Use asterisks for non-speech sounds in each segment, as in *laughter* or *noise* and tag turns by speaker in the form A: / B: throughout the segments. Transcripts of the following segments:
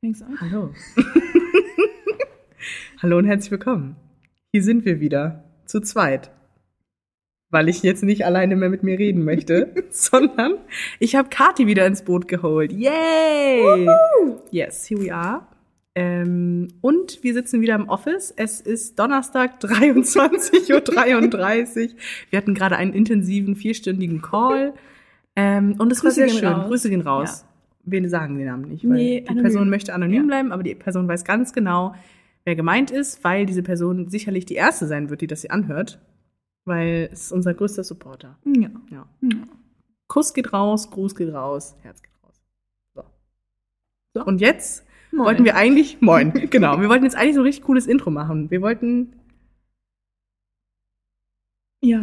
A: Fängst an?
B: Hallo. *laughs* Hallo und herzlich willkommen. Hier sind wir wieder, zu zweit. Weil ich jetzt nicht alleine mehr mit mir reden
A: *laughs*
B: möchte, sondern ich habe Kati wieder ins Boot geholt. Yay! Yes, here we are. Ähm, und wir sitzen wieder im Office. Es ist Donnerstag, *laughs* 23.33 Uhr. Wir hatten gerade einen intensiven, vierstündigen Call. Ähm, und es war
A: Grüße
B: sehr
A: gehen
B: schön.
A: raus.
B: Grüße gehen raus. Wir sagen den Namen nicht, weil
A: Nee,
B: die
A: anonym.
B: Person möchte anonym
A: Ja.
B: bleiben, aber die Person weiß ganz genau, wer gemeint ist, weil diese Person sicherlich die erste sein wird, die das hier anhört. Weil es ist unser größter Supporter.
A: Ja.
B: Ja.
A: Ja.
B: Kuss geht raus, Gruß geht raus, Herz geht raus. So.
A: So.
B: Und jetzt
A: Moin.
B: wollten wir eigentlich, moin, *laughs* genau, wir wollten jetzt eigentlich so ein richtig cooles Intro machen. Wir wollten,
A: Ja.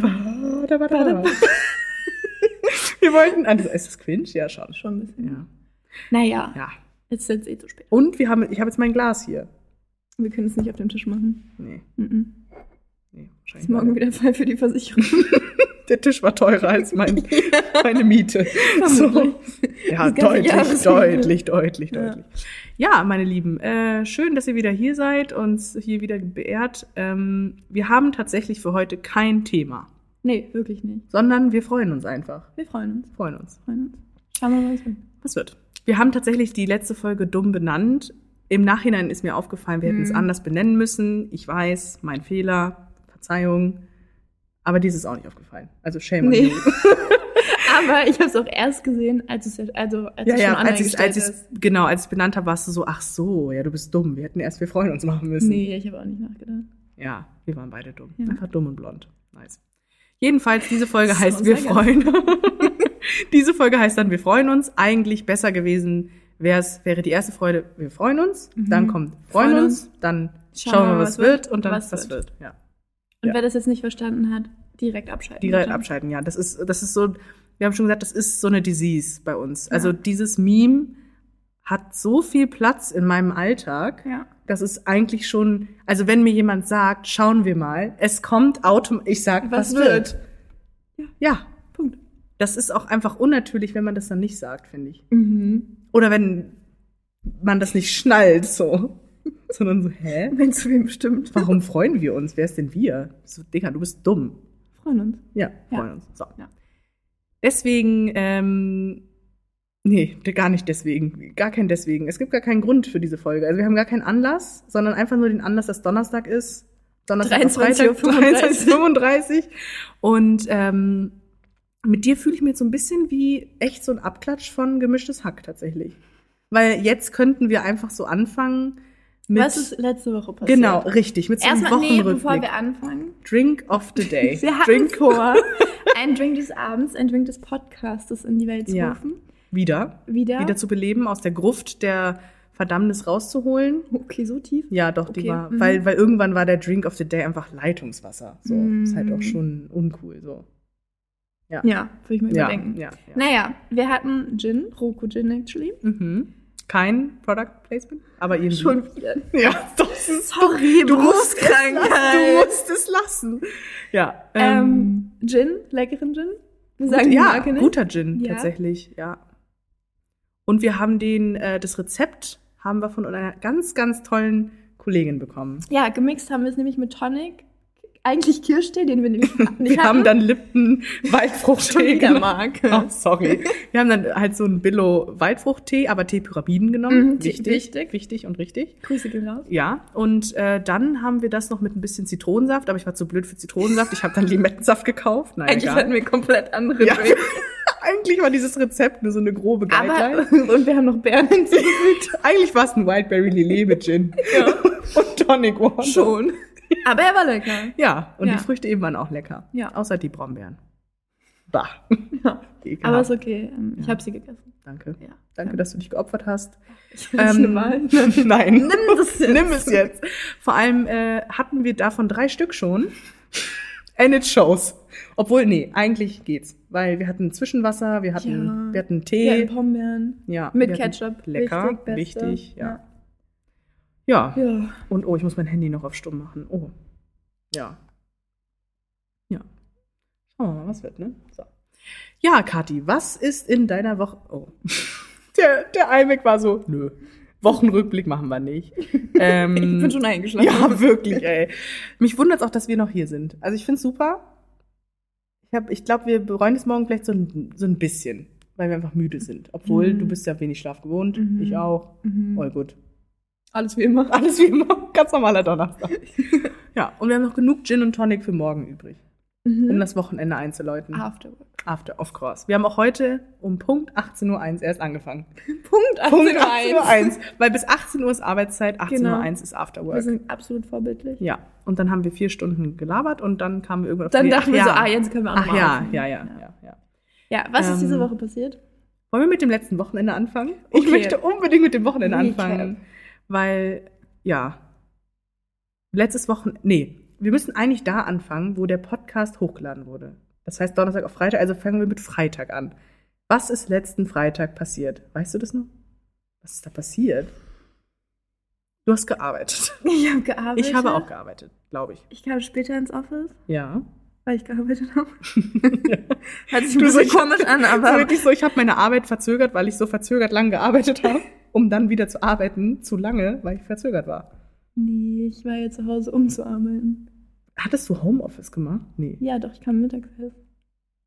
B: *laughs* wir wollten, also ist das cringe? Ja, schon.
A: Schon *laughs* ein bisschen.
B: Ja.
A: Naja,
B: ja.
A: jetzt ist es eh zu spät.
B: Und wir haben, ich habe jetzt mein Glas hier.
A: Wir können es nicht auf dem Tisch machen.
B: Nee,
A: Mhm.
B: nee, wahrscheinlich
A: Ist morgen
B: nicht.
A: wieder Fall für
B: *laughs*
A: die Versicherung.
B: Der Tisch war teurer als
A: *laughs*
B: mein, meine Miete. So. Ja,
A: Das ganze Jahr
B: deutlich,
A: ist-
B: deutlich, deutlich,
A: Ja.
B: deutlich. Ja, meine Lieben, äh, schön, dass ihr wieder hier seid, uns hier wieder beehrt. Ähm, wir haben tatsächlich für heute kein Thema,
A: Nee, wirklich nicht.
B: sondern wir freuen uns einfach.
A: Wir freuen uns.
B: Freuen uns.
A: Freuen uns. Schauen wir mal, was wird.
B: Was wird? Wir haben tatsächlich die letzte Folge dumm benannt. Im Nachhinein ist mir aufgefallen, wir hätten es
A: Mhm.
B: anders benennen müssen. Ich weiß, mein Fehler, Verzeihung. Aber dies ist auch nicht aufgefallen. Also shame
A: Nee.
B: on you.
A: Aber ich habe es auch erst gesehen, als es ja- also als
B: Ja,
A: es
B: ja,
A: schon
B: als ich als
A: als
B: ich's,
A: ist.
B: genau, als ich benannt habe, warst du so, ach so, ja, du bist dumm. Wir hätten erst wir freuen uns machen müssen.
A: Nee, ich habe auch nicht nachgedacht.
B: Ja, wir waren beide dumm.
A: Ja.
B: Einfach dumm und blond. Nice. Jedenfalls, diese Folge *laughs*
A: So
B: heißt Wir
A: sehr
B: freuen. diese Folge heißt dann Wir freuen uns. Eigentlich besser gewesen wär's, wäre die erste Freude Wir freuen uns.
A: Mhm.
B: Dann kommt Freuen,
A: Freuen
B: uns. Dann schauen wir, was wird. Und dann
A: was
B: was, wird. Ja.
A: Und
B: Ja.
A: wer das jetzt nicht verstanden hat, direkt abschalten.
B: Direkt
A: bitte.
B: abschalten, ja. Das ist, das ist so, wir haben schon gesagt, das ist so eine Disease bei uns. Also
A: Ja.
B: dieses Meme hat so viel Platz in meinem Alltag.
A: Ja.
B: Das ist eigentlich schon, also wenn mir jemand sagt, schauen wir mal, es kommt automatisch, ich sag, was,
A: Was
B: wird.
A: wird?
B: Ja,
A: Punkt.
B: das ist auch einfach unnatürlich, wenn man das dann nicht sagt, finde ich.
A: Mhm.
B: Oder wenn man das nicht schnallt, so. *laughs* Sondern so, hä?
A: Wenn zu wem bestimmt.
B: Warum freuen wir uns? Wer ist denn wir? So, Digga, du bist dumm.
A: Freuen uns.
B: Ja,
A: Ja.
B: freuen uns. So.
A: Ja.
B: Deswegen, ähm, nee, d- gar nicht deswegen. Gar kein deswegen. Es gibt gar keinen Grund für diese Folge. Also wir haben gar keinen Anlass, sondern einfach nur den Anlass, dass Donnerstag ist. Donnerstag,
A: 23 Uhr
B: auf Freitag, 23.35 Und ähm, mit dir fühle ich mich jetzt so ein bisschen wie echt so ein Abklatsch von gemischtes Hack tatsächlich. Weil jetzt könnten wir einfach so anfangen mit.
A: was ist letzte Woche passiert?
B: genau, richtig, mit so einem
A: Erstmal, nee, bevor
B: Wochenrückblick.
A: wir anfangen.
B: Drink of
A: *laughs*
B: the day.
A: Wir hatten
B: Drink
A: vor, *laughs* ein Drink des Abends, ein Drink des Podcastes in die Welt zu
B: Ja.
A: rufen.
B: wieder.
A: Wieder.
B: wieder zu beleben, aus der Gruft der Verdammnis rauszuholen.
A: okay, so tief.
B: Ja, doch, die
A: Okay,
B: war.
A: mhm.
B: Weil, weil irgendwann war der Drink of the Day einfach Leitungswasser. So, ist halt auch
A: Mhm.
B: schon uncool. So.
A: Ja, würde ich mir
B: Ja,
A: überdenken.
B: ja, ja.
A: Naja, wir hatten Gin, Roku Gin actually.
B: Mhm. Kein Product Placement, aber irgendwie.
A: Schon wieder.
B: Ja, das ist
A: Sorry,
B: Du musst es lassen. Du
A: Brustkrankheit.
B: musst es lassen. Ja.
A: Ähm, Gin, leckeren Gin. Wir
B: gut,
A: sagen die
B: ja,
A: Marke nicht.
B: guter Gin
A: Ja.
B: tatsächlich, ja. Und wir haben den, äh, das Rezept haben wir von einer ganz, ganz tollen Kollegin bekommen.
A: Ja, gemixt haben wir es nämlich mit Tonic. Eigentlich Kirschtee, den wir nämlich
B: *laughs*
A: nicht
B: Wir haben
A: hatten.
B: dann Lipton Waldfruchttee
A: Schon wieder
B: genommen. Oh, sorry. Wir haben dann halt so einen Billo Waldfruchttee, aber Teepyramiden genommen.
A: Mhm, die-
B: wichtig, wichtig, wichtig und richtig.
A: Grüße gehen raus.
B: Ja, und äh, dann haben wir das noch mit ein bisschen Zitronensaft, aber ich war zu blöd für Zitronensaft. Ich habe dann Limettensaft gekauft. Nein,
A: Eigentlich
B: egal.
A: hatten wir komplett andere
B: Ja. *laughs*
A: Drinks.
B: Eigentlich war dieses Rezept nur so eine grobe Guideline. *laughs*
A: Aber, *laughs* und wir haben noch Beeren hinzugefügt.
B: Eigentlich war es ein Wildberry Lillet Gin
A: Ja,
B: *laughs* und Tonic Water.
A: schon. *laughs* Aber er war lecker.
B: Ja, und
A: Ja.
B: die Früchte eben waren auch lecker.
A: Ja.
B: Außer die Brombeeren. Bah.
A: Ja.
B: Ekelhaft.
A: Aber ist okay. Ähm,
B: genau.
A: Ich
B: Ja.
A: habe sie gegessen.
B: Danke.
A: *laughs* Ja.
B: Danke, dass du dich geopfert *laughs* hast.
A: Ich will ähm, mal.
B: *laughs* Nein.
A: Nimm das jetzt.
B: Nimm es jetzt. Vor allem äh, hatten wir davon drei Stück schon. And it shows. Obwohl, nee, eigentlich geht's. Weil wir hatten Zwischenwasser, wir hatten,
A: Ja.
B: wir hatten
A: Ja,
B: Tee.
A: in Pombeeren.
B: Ja,
A: Mit
B: wir hatten-
A: Ketchup.
B: lecker,
A: beste.
B: wichtig, ja. Ja.
A: Ja. ja.
B: Und oh, ich muss mein Handy noch auf stumm machen. Oh. Ja. Ja. Schauen wir mal, was wird, ne? So. *laughs* Ja, Kathi, was ist in deiner Woche. Oh. Der, der iMac war so, nö. Wochenrückblick machen wir nicht.
A: *laughs* Ich bin
B: Ähm,
A: schon eingeschlafen.
B: ja, wirklich, ey. Mich wundert es auch, dass wir noch hier sind. Also ich finde es super. Ich, hab- ich glaube, wir bereuen es morgen vielleicht so ein, so ein bisschen, weil wir einfach müde sind. Obwohl,
A: Mhm.
B: du bist ja wenig Schlaf gewohnt,
A: Mhm.
B: ich auch.
A: *laughs* Mhm.
B: Voll gut.
A: *laughs* Alles wie immer.
B: Hm. Alles wie immer, ganz normaler Donnerstag. *laughs* ja, und wir haben noch genug Gin und Tonic für morgen übrig, um
A: Mhm. Ah,
B: das Wochenende einzuläuten.
A: Afterwork.
B: After, of course. Wir haben auch heute um Punkt 18.01 Uhr erst
A: *laughs*
B: angefangen.
A: Punkt 18.01
B: Punkt 18.01 Uhr, weil bis 18 Uhr ist Arbeitszeit, 18.01
A: Genau.
B: Uhr ist Afterwork.
A: Wir sind absolut vorbildlich.
B: Ja, und dann haben wir vier Stunden gelabert und dann kamen wir irgendwann auf
A: Dann
B: die-
A: dachten
B: Ach
A: wir so,
B: ja.
A: ah, jetzt können wir auch
B: Ach
A: nochmal
B: ja,
A: aufnehmen.
B: ja, ja, ja, ja.
A: Ja, was ist diese
B: Ähm,
A: Woche passiert?
B: Wollen wir mit dem letzten Wochenende anfangen? Ich
A: Okay.
B: möchte unbedingt mit dem Wochenende
A: Recap.
B: anfangen, weil, ja, letztes Wochenende, nee, wir müssen eigentlich da anfangen, wo der Podcast hochgeladen wurde. Das heißt Donnerstag auf Freitag, also fangen wir mit Freitag an. Was ist letzten Freitag passiert? Weißt du das noch? Was ist da passiert? Du hast gearbeitet.
A: *laughs* Ich habe gearbeitet.
B: Ich habe auch gearbeitet, glaube ich.
A: Ich kam später ins Office,
B: Ja.
A: weil ich gearbeitet habe.
B: ja.
A: Hört sich ein
B: Du, so
A: bisschen
B: ich-
A: komisch an,
B: so
A: aber
B: wirklich so, ich habe meine Arbeit verzögert, weil ich so verzögert lang gearbeitet habe, um dann wieder zu arbeiten, zu lange, weil ich verzögert war.
A: *laughs* nee, ich war ja zu Hause, um zu arbeiten.
B: Hattest du Homeoffice gemacht? Nee.
A: Ja, doch, ich kam mittags erst.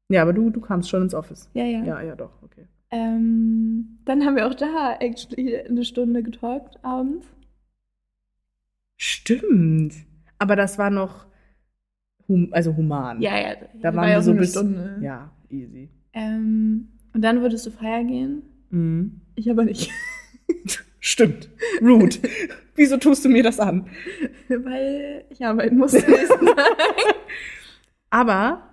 B: Ja, aber du, du kamst schon ins Office.
A: Ja, ja.
B: Ja, ja, doch, okay.
A: Ähm, dann haben wir auch da actually eine Stunde getalkt abends.
B: Stimmt. Aber das war noch, hum, also human.
A: Ja, ja.
B: Da
A: war
B: waren
A: ja
B: wir
A: auch
B: so
A: nur eine
B: bis-
A: Stunde.
B: Ja, easy.
A: Ähm, und dann würdest du feiern gehen.
B: Mhm.
A: Ich aber nicht.
B: *laughs*
A: *laughs*
B: Stimmt. Rude. Wieso tust du mir das an?
A: Weil ich arbeiten musste. *laughs* nächsten Tag.
B: Aber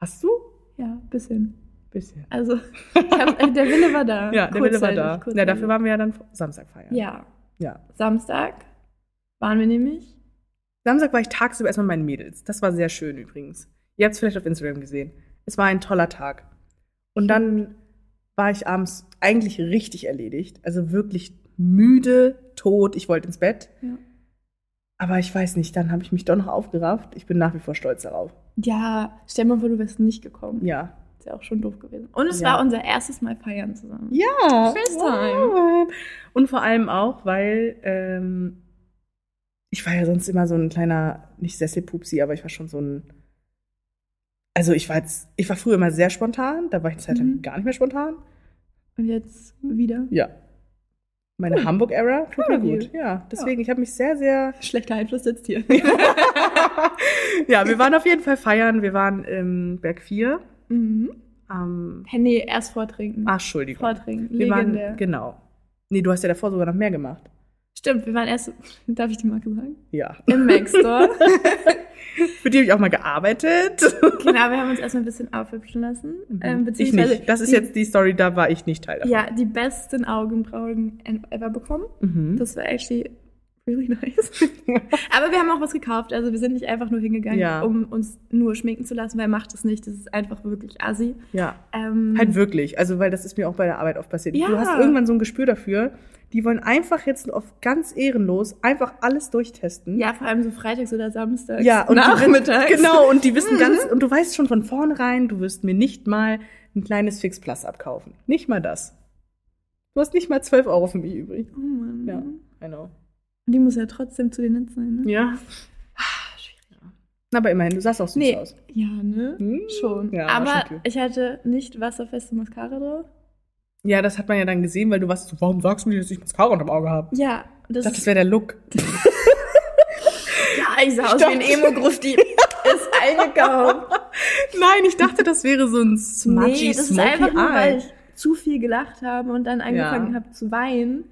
B: hast du?
A: ja, bisschen.
B: Bisschen.
A: Also, ich hab, äh, der Wille war da.
B: *laughs* Ja, der Wille war
A: Kurzzeitig,
B: da. Ja,
A: kurzzeitig.
B: dafür waren wir ja dann Samstag feiern.
A: Ja,
B: ja.
A: Samstag waren wir nämlich.
B: Samstag war ich tagsüber erstmal mit meinen Mädels. Das war sehr schön übrigens. Ihr habt es vielleicht auf Instagram gesehen. Es war ein toller Tag. Und dann war ich abends eigentlich richtig erledigt. Also wirklich müde, tot. Ich wollte ins Bett.
A: Ja.
B: Aber ich weiß nicht, dann habe ich mich doch noch aufgerafft. Ich bin nach wie vor stolz darauf.
A: Ja, stell mal vor, du wärst nicht gekommen.
B: Ja.
A: Ist ja auch schon doof gewesen. Und es
B: Ja.
A: war unser erstes Mal feiern zusammen.
B: Ja.
A: First
B: Wow. Und vor allem auch, weil ähm, ich war ja sonst immer so ein kleiner, nicht Sesselpupsi, aber ich war schon so ein. Also ich war jetzt, ich war früher immer sehr spontan, da war ich eine Zeit lang
A: Mhm.
B: gar nicht mehr spontan.
A: Und jetzt wieder.
B: Ja. Meine
A: Cool. Ah,
B: Hamburg-Era tut
A: Proud
B: mir
A: of you.
B: gut. Ja, deswegen, ich habe mich sehr, sehr *laughs*
A: Schlechter Einfluss sitzt hier.
B: ja, wir waren auf jeden Fall feiern. Wir waren im Berg 4
A: mhm.
B: am
A: Hä, Nee, erst vortrinken.
B: Ach, Entschuldigung.
A: vortrinken.
B: wir
A: Legendär.
B: waren, genau. Nee, du hast ja davor sogar noch mehr gemacht.
A: Stimmt, wir waren erst, *laughs* darf ich die Marke sagen?
B: Ja. *laughs*
A: Im Mac-Store.
B: Für die habe ich auch mal gearbeitet.
A: genau, wir haben uns erstmal ein bisschen aufhübschen lassen. Ähm,
B: Mhm. ich
A: beziehungsweise
B: nicht. Das ist
A: die,
B: jetzt die Story, da war ich nicht Teil davon.
A: Ja, die besten Augenbrauen ever bekommen.
B: Mhm.
A: Das war actually really *laughs* nice. Aber wir haben auch was gekauft. Also wir sind nicht einfach nur hingegangen,
B: Ja.
A: um uns nur schminken zu lassen, weil macht das nicht. Das ist einfach wirklich assi.
B: ja.
A: Ähm,
B: Halt wirklich. Also, weil das ist mir auch bei der Arbeit oft passiert.
A: Ja.
B: Du hast irgendwann so ein Gespür dafür. Die wollen einfach jetzt auf ganz ehrenlos einfach alles durchtesten.
A: Ja, vor allem so freitags oder samstags.
B: Ja, und die wissen-
A: nachmittags.
B: Genau, und die wissen
A: Mhm. *laughs*
B: ganz, und du weißt schon von vornherein, du wirst mir nicht mal ein kleines Fix Plus abkaufen. Nicht mal das. Du hast nicht mal 12 Euro für mich übrig.
A: Oh Mann.
B: Ja.
A: Und
B: I know.
A: die muss ja trotzdem zu den Netz sein, ne?
B: Ja.
A: Ah, schwierig.
B: Aber immerhin, du sahst auch süß
A: Nee.
B: aus.
A: Ja, ne?
B: Hm?
A: Schon.
B: Ja, war
A: Aber
B: schon cute.
A: ich hatte nicht wasserfeste Mascara drauf.
B: Ja, das hat man ja dann gesehen, weil du warst so, warum sagst du mir, dass ich Mascara unterm Auge habe?
A: Ja, das,
B: Ich dachte, das wäre der Look.
A: Ja, ich sah aus
B: Stopp.
A: wie ein Emo-Grufti. ist eingekauft.
B: *laughs* Nein, ich dachte, das wäre so ein *laughs* smudgy,
A: nee, das ist
B: smoky
A: einfach nur,
B: Eye.
A: weil ich zu viel gelacht habe und dann angefangen
B: Ja.
A: habe zu weinen.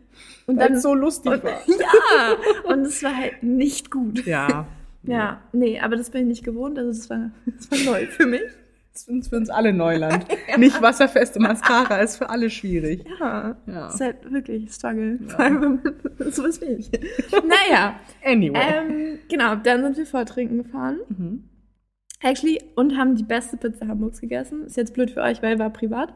A: Und
B: Weil's
A: dann
B: so lustig
A: und,
B: war.
A: *laughs* Ja, und es war halt nicht gut.
B: Ja.
A: *laughs* Ja, nee, aber das bin ich nicht gewohnt, also das war, *laughs* das war neu für mich.
B: Das ist für uns alle Neuland.
A: *laughs*
B: Nicht wasserfeste Mascara ist für alle schwierig.
A: Ja,
B: Ja.
A: das ist halt wirklich Struggle.
B: Ja.
A: Vor allem, wenn man *laughs* sowas
B: *laughs*
A: will. ich. Naja,
B: Anyway.
A: ähm, genau, dann sind wir vortrinken gefahren.
B: mhm.
A: Actually, und haben die beste Pizza Hamburgs gegessen. Ist jetzt blöd für euch, weil war privat.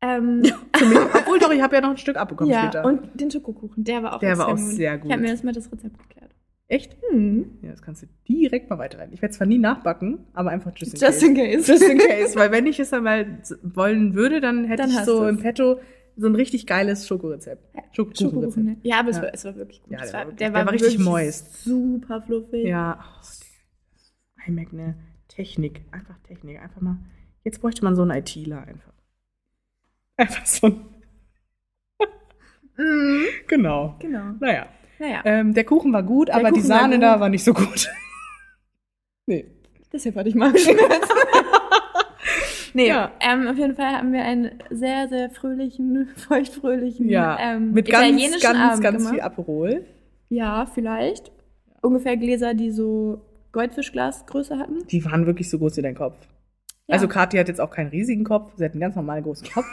A: Ähm,
B: Für mich. Obwohl doch, ich habe ja noch ein Stück abbekommen
A: ja,
B: später.
A: und den Schokokuchen, der war auch,
B: Der war
A: extrem
B: auch sehr gut.
A: Ich habe mir erstmal das Rezept geklärt.
B: Echt?
A: Hm.
B: Ja, das kannst du direkt mal weiterleiten. Ich werde zwar nie nachbacken, aber einfach just in
A: Just
B: case.
A: in case.
B: Just in case, weil wenn ich es einmal wollen würde, dann hätte
A: Dann
B: ich
A: hast
B: so
A: du's.
B: im Petto so ein richtig geiles Schokorezept. Schok Schokorezept.
A: *laughs* Schokokuchen. ne? Ja, aber es,
B: Ja.
A: war, es war wirklich gut.
B: Ja, der
A: Es war,
B: war wirklich- der war richtig
A: wirklich
B: moist.
A: Super fluffig.
B: Ja. Oh, iMac, ne? Technik. Einfach Technik. Einfach mal. Jetzt bräuchte man so einen ITler einfach. Einfach so ein.
A: Mhm,
B: *laughs* Genau.
A: genau.
B: Naja.
A: Naja,
B: Ähm, der Kuchen war gut, aber die
A: Kuchen war
B: Sahne
A: gut.
B: da war nicht so gut. *laughs* nee.
A: deshalb hatte ich Magenschmerzen. *laughs* nee,
B: Ja.
A: ähm, auf jeden Fall haben wir einen sehr, sehr fröhlichen, *laughs* feuchtfröhlichen
B: Ja.
A: ähm,
B: Mit ganz,
A: italienischen
B: ganz,
A: Abend
B: ganz
A: gemacht.
B: viel Aperol.
A: Ja, vielleicht. Ungefähr Gläser, die so Goldfischglasgröße hatten.
B: Die waren wirklich so groß wie dein Kopf.
A: Ja.
B: Also Kathi hat jetzt auch keinen riesigen Kopf, sie hat einen ganz normalen großen Kopf.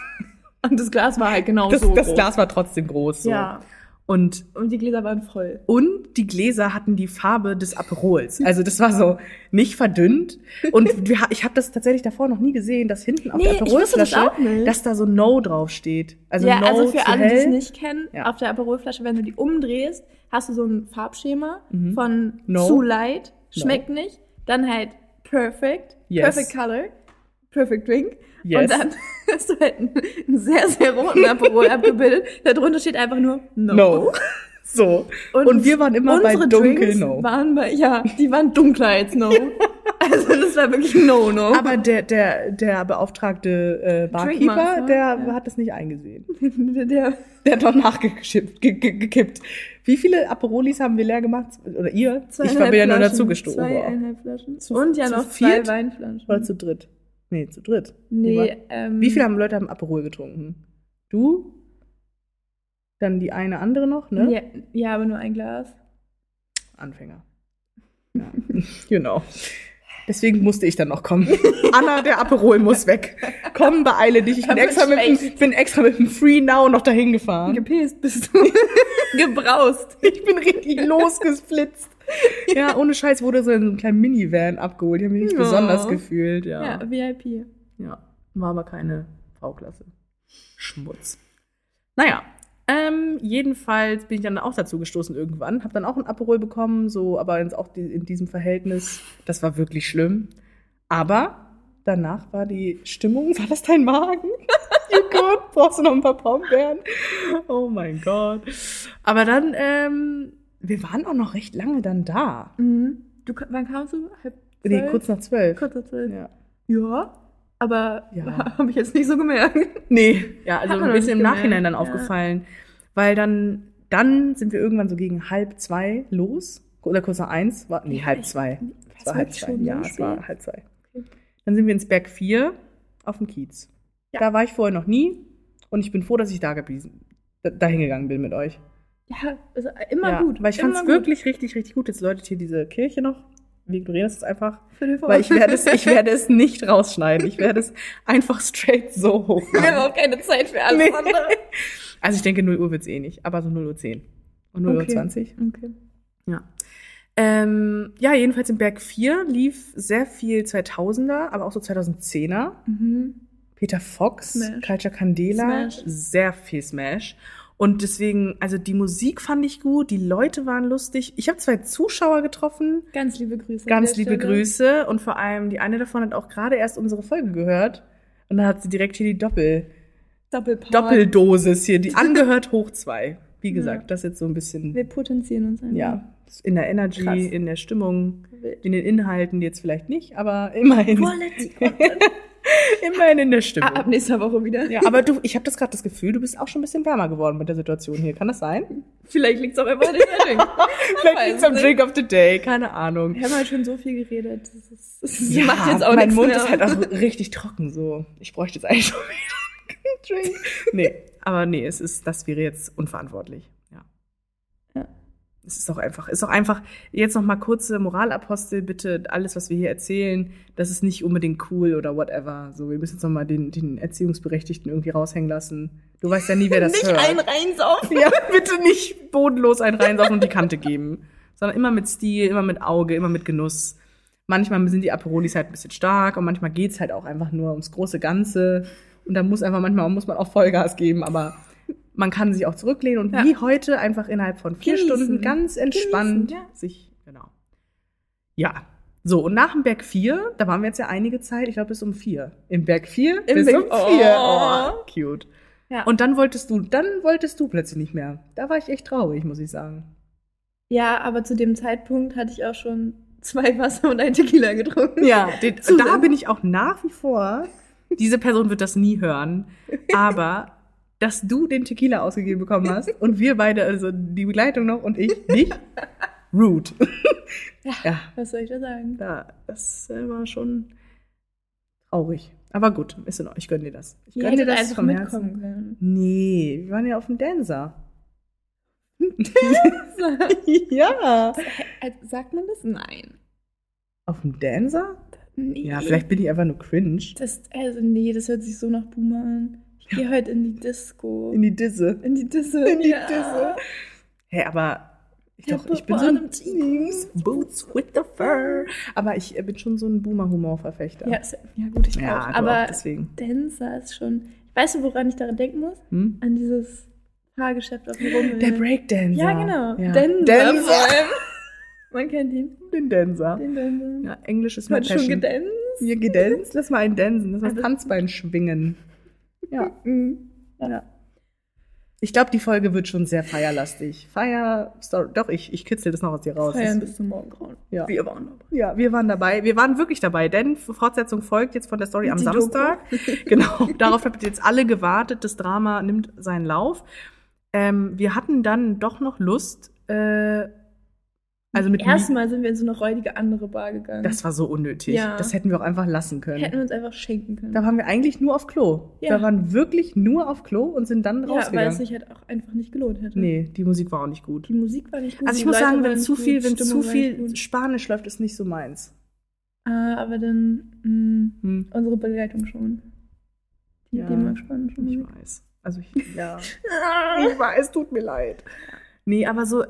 A: Und das Glas war halt genau
B: Das,
A: so
B: das
A: groß.
B: Glas war trotzdem groß. So.
A: Ja,
B: Und,
A: und die Gläser waren voll.
B: und die Gläser hatten die Farbe des Aperols. Also das war so nicht verdünnt.
A: *laughs*
B: Und wir, ha- ich habe das tatsächlich davor noch nie gesehen, dass hinten auf
A: Nee,
B: der
A: ich wusste das
B: Aperolflasche,
A: auch nicht.
B: dass da so No drauf steht. Also
A: ja,
B: No
A: also für
B: zu
A: alle, die
B: hell.
A: es nicht kennen,
B: Ja.
A: auf der Aperolflasche, wenn du die umdrehst, hast du so ein Farbschema
B: Mhm.
A: von
B: No.
A: zu light,
B: No.
A: schmeckt nicht, dann halt perfect,
B: Yes.
A: perfect color, perfect drink.
B: Yes.
A: Und dann *laughs* hast du halt einen, einen sehr, sehr roten
B: *laughs*
A: Aperol abgebildet. Darunter steht einfach nur no.
B: No. *laughs* So. Und, wir waren immer bei
A: unsere
B: dunkel
A: Drinks
B: No.
A: Waren bei, ja, die waren dunkler
B: *laughs*
A: als no. also das war wirklich no, no.
B: Aber der, der, der beauftragte äh, Barkeeper,
A: Drinkmaster,
B: der
A: ne? ja.
B: hat das nicht eingesehen.
A: *laughs* der,
B: Der hat noch nachgekippt. Ge ge gekippt. Wie viele Aperolis haben wir leer gemacht? Oder ihr? Ich war
A: zweieinhalb
B: mir ja nur
A: Flaschen,
B: dazu gestoßen.
A: Zweieinhalb Flaschen.
B: Zu-
A: Und ja
B: zu
A: noch zwei
B: viert?
A: Weinflaschen.
B: Oder zu dritt? Nee, zu dritt. Wie war-
A: Nee, ähm,
B: Wie viele haben Leute haben Aperol getrunken? Du? Dann die eine andere noch, ne?
A: Ja, ja, aber nur ein Glas.
B: Anfänger. Ja. *laughs* genau. Deswegen musste ich dann noch
A: *laughs*
B: kommen. Anna, der Aperol muss weg. Komm, beeile dich. Ich bin
A: Er wird
B: extra, mit, dem- bin extra mit dem Free Now noch dahin gefahren.
A: Gepäst bist
B: *laughs*
A: du. *laughs* Gebraust.
B: Ich bin richtig losgesplitzt. Ja, ohne Scheiß wurde so in so einem kleinen Minivan abgeholt. Ich habe mich nicht
A: Ja.
B: besonders gefühlt, ja.
A: Ja, VIP.
B: Ja, war aber keine V-Klasse. Schmutz. Naja, ähm, jedenfalls bin ich dann auch dazu gestoßen irgendwann. Hab dann auch ein Aperol bekommen, so, aber ins, auch die, in diesem Verhältnis. Das war wirklich schlimm. Aber danach war die Stimmung, war das dein Magen? *laughs* You good? Brauchst du noch ein paar Brombeeren? Oh mein Gott. Aber dann, ähm, wir waren auch noch recht lange dann da.
A: Mhm. Du, ka- wann kamst du? Halb
B: Nee,
A: zwölf?
B: kurz nach zwölf.
A: Kurz nach zwölf. Ja.
B: Ja.
A: aber *laughs*
B: Ja.
A: habe ich jetzt nicht so gemerkt.
B: Nee, ja, also
A: Hat
B: ein
A: man noch
B: bisschen
A: nicht
B: im Nachhinein dann
A: gemerkt, ja.
B: aufgefallen. Weil dann, dann sind wir irgendwann so gegen halb zwei los. Oder kurz nach eins. War, nee,
A: Ja,
B: halb
A: ich-
B: zwei.
A: Was
B: Es war halb zwei. Ja, es
A: spät?
B: war halb zwei.
A: Okay.
B: Dann sind wir ins Berg 4 auf dem Kiez.
A: Ja.
B: Da war ich vorher noch nie und ich bin froh, dass ich da geblieben, da- dahin gegangen bin mit euch.
A: Ja, also immer
B: ja,
A: gut.
B: Weil ich fand es
A: Immer gut.
B: wirklich richtig, richtig gut. Jetzt läutet hier diese Kirche noch. Wir ignorieren das jetzt einfach.
A: Für den
B: Weil ich werde es, ich werde es nicht rausschneiden. Ich werde es einfach straight
A: *laughs*
B: so hoch.
A: *laughs* Wir haben auch keine Zeit für alles
B: Nee.
A: andere.
B: *laughs* Also ich denke 0 Uhr wird's eh nicht, aber so 0 Uhr 10 und 0 Uhr
A: Okay.
B: 20.
A: Okay.
B: Ja. Ähm, ja, jedenfalls im Berg 4 lief sehr viel 2000er, aber auch so 2010er.
A: Mhm.
B: Peter Fox,
A: Smash.
B: Culture Candela,
A: Smash.
B: sehr viel Smash. Und deswegen, also die Musik fand ich gut, die Leute waren lustig. Ich habe zwei Zuschauer getroffen,
A: Ganz liebe Grüße. an
B: Ganz
A: der
B: liebe
A: Stelle.
B: Grüße und vor allem die eine davon hat auch gerade erst unsere Folge gehört und dann hat sie direkt hier die Doppel
A: Doppelpart.
B: Doppeldosis hier,
A: *laughs*
B: die angehört hoch zwei. Wie gesagt, das jetzt so ein bisschen
A: Wir potenzieren uns einfach.
B: ja, in der Energy,
A: Krass.
B: in der Stimmung, in den Inhalten jetzt vielleicht nicht, aber immerhin
A: Quality Content.
B: *laughs* immerhin in der Stimmung.
A: Ab nächster Woche wieder.
B: Ja, aber du, ich habe das gerade das Gefühl, du bist auch schon ein bisschen wärmer geworden mit der Situation hier. Kann das sein?
A: Vielleicht liegt es auch einfach an den Setting.
B: Vielleicht liegt's am
A: nicht.
B: Drink of the Day, keine Ahnung.
A: Wir haben halt schon so viel geredet. Das ist, das
B: Ja,
A: macht jetzt auch
B: mein
A: nichts
B: Mund
A: mehr.
B: ist halt auch richtig trocken so. Ich bräuchte jetzt eigentlich schon wieder einen Drink. Nee, aber nee, es ist, das wäre jetzt unverantwortlich. Ja.
A: Ja.
B: Es ist auch einfach, ist auch einfach, jetzt noch mal kurze Moralapostel, bitte, alles, was wir hier erzählen, das ist nicht unbedingt cool oder whatever. So, wir müssen jetzt noch mal den, den Erziehungsberechtigten irgendwie raushängen lassen. Du weißt ja nie, *laughs* wer das
A: nicht
B: hört.
A: ein reinsaufen.
B: *laughs* Ja, bitte nicht bodenlos ein reinsaufen und die Kante geben. Sondern immer mit Stil, immer mit Auge, immer mit Genuss. Manchmal sind die Aperolis halt ein bisschen stark und manchmal geht's halt auch einfach nur ums große Ganze. Und da muss einfach, manchmal muss man auch Vollgas geben, aber man kann sich auch zurücklehnen und
A: Ja.
B: wie heute einfach innerhalb von vier
A: Genießen.
B: Stunden ganz entspannt
A: Genießen, ja.
B: sich, genau. Ja. So, und nach dem Berg 4, da waren wir jetzt ja einige Zeit, ich glaube bis um 4. Im Berg 4
A: Im
B: bis
A: Berg-
B: um 4.
A: Oh.
B: Oh, cute.
A: Ja.
B: Und dann wolltest du, dann wolltest du plötzlich nicht mehr. Da war ich echt traurig, muss ich sagen.
A: Ja, aber zu dem Zeitpunkt hatte ich auch schon zwei Wasser und ein Tequila getrunken.
B: Ja, den,
A: Zusammen.
B: da bin ich auch nach wie vor. Diese Person wird das nie hören. Aber dass du den Tequila ausgegeben *laughs* bekommen hast und wir beide, also die Begleitung noch und ich *laughs* nicht, rude.
A: Ja.
B: ja,
A: Was soll ich da sagen?
B: da, das äh, war schon traurig. Aber gut, ist in Ordnung. Ich gönn dir das. Ich
A: Ihr
B: gönn dir
A: hättet
B: das
A: einfach
B: vom Herzen.
A: mitkommen können.
B: Nee, wir waren ja auf dem Dancer.
A: *laughs*
B: ja.
A: Also, *laughs* Sagt man das? Nein.
B: Auf dem Dancer?
A: Nee.
B: Ja, vielleicht bin ich einfach nur cringe.
A: Das, also nee, das hört sich so nach Boomer an. Ich gehe heute in die Disco.
B: In die Disse.
A: In die Disse.
B: In die
A: ja.
B: Disse. Hä, hey, aber ich,
A: Ja,
B: doch, ich bin so
A: bottom
B: ein
A: jeans,
B: Boots with the fur. Aber ich äh, bin schon so ein Boomer-Humor-Verfechter.
A: Ja, se- ja, gut, ich
B: ja
A: auch.
B: du
A: Aber
B: auch, deswegen.
A: Dancer ist schon. Weißt du, woran ich daran denken muss?
B: Hm?
A: An dieses Fahrgeschäft auf dem Rummel.
B: Der Breakdancer.
A: Ja, genau.
B: Ja.
A: Dancer. vor
B: Dancer.
A: allem. Man kennt ihn.
B: Den Dancer.
A: Den Dancer.
B: Ja, Englisch ist mein
A: Hat schon
B: Passion.
A: gedanced.
B: Hier gedanzt, lass mal einen dansen, lass mal das
A: Also-
B: Tanzbein
A: *laughs*
B: schwingen. Ja.
A: Mhm.
B: Ja. Ich glaube, die Folge wird schon sehr feierlastig. Feier, Story. Doch, ich, ich kitzel das noch aus dir raus.
A: Feiern bis zum Morgengrauen.
B: Ja.
A: Wir waren dabei.
B: ja, wir waren dabei. Wir waren wirklich dabei, denn Fortsetzung folgt jetzt von der Story am
A: Die Doku. *laughs*
B: Samstag. genau, darauf habt ihr jetzt alle gewartet. Das Drama nimmt seinen Lauf. Ähm, wir hatten dann doch noch Lust, äh, also mit
A: Erstmal sind wir in so eine räudige andere Bar gegangen.
B: Das war so unnötig.
A: Ja.
B: Das hätten wir auch einfach lassen können.
A: hätten wir uns einfach schenken können.
B: Da waren wir eigentlich nur auf Klo.
A: Ja.
B: Wir waren wirklich nur auf Klo und sind dann
A: ja, weil
B: rausgegangen.
A: es sich halt auch einfach nicht gelohnt hätte.
B: nee, die Musik war auch nicht gut.
A: Die Musik war nicht gut.
B: Also ich
A: die
B: muss
A: Leute
B: sagen,
A: waren
B: wenn
A: nicht
B: zu
A: gut,
B: viel, wenn
A: die
B: zu
A: Stimmung war nicht
B: viel
A: gut.
B: Spanisch läuft, ist nicht so meins.
A: Ah, aber dann mm. mh,
B: Hm.
A: unsere Begleitung schon. Die,
B: Ja.
A: die mag spanische
B: Ich
A: Musik.
B: weiß. Also
A: *laughs*
B: ich, ja. ich weiß, tut mir leid. Nee, aber so,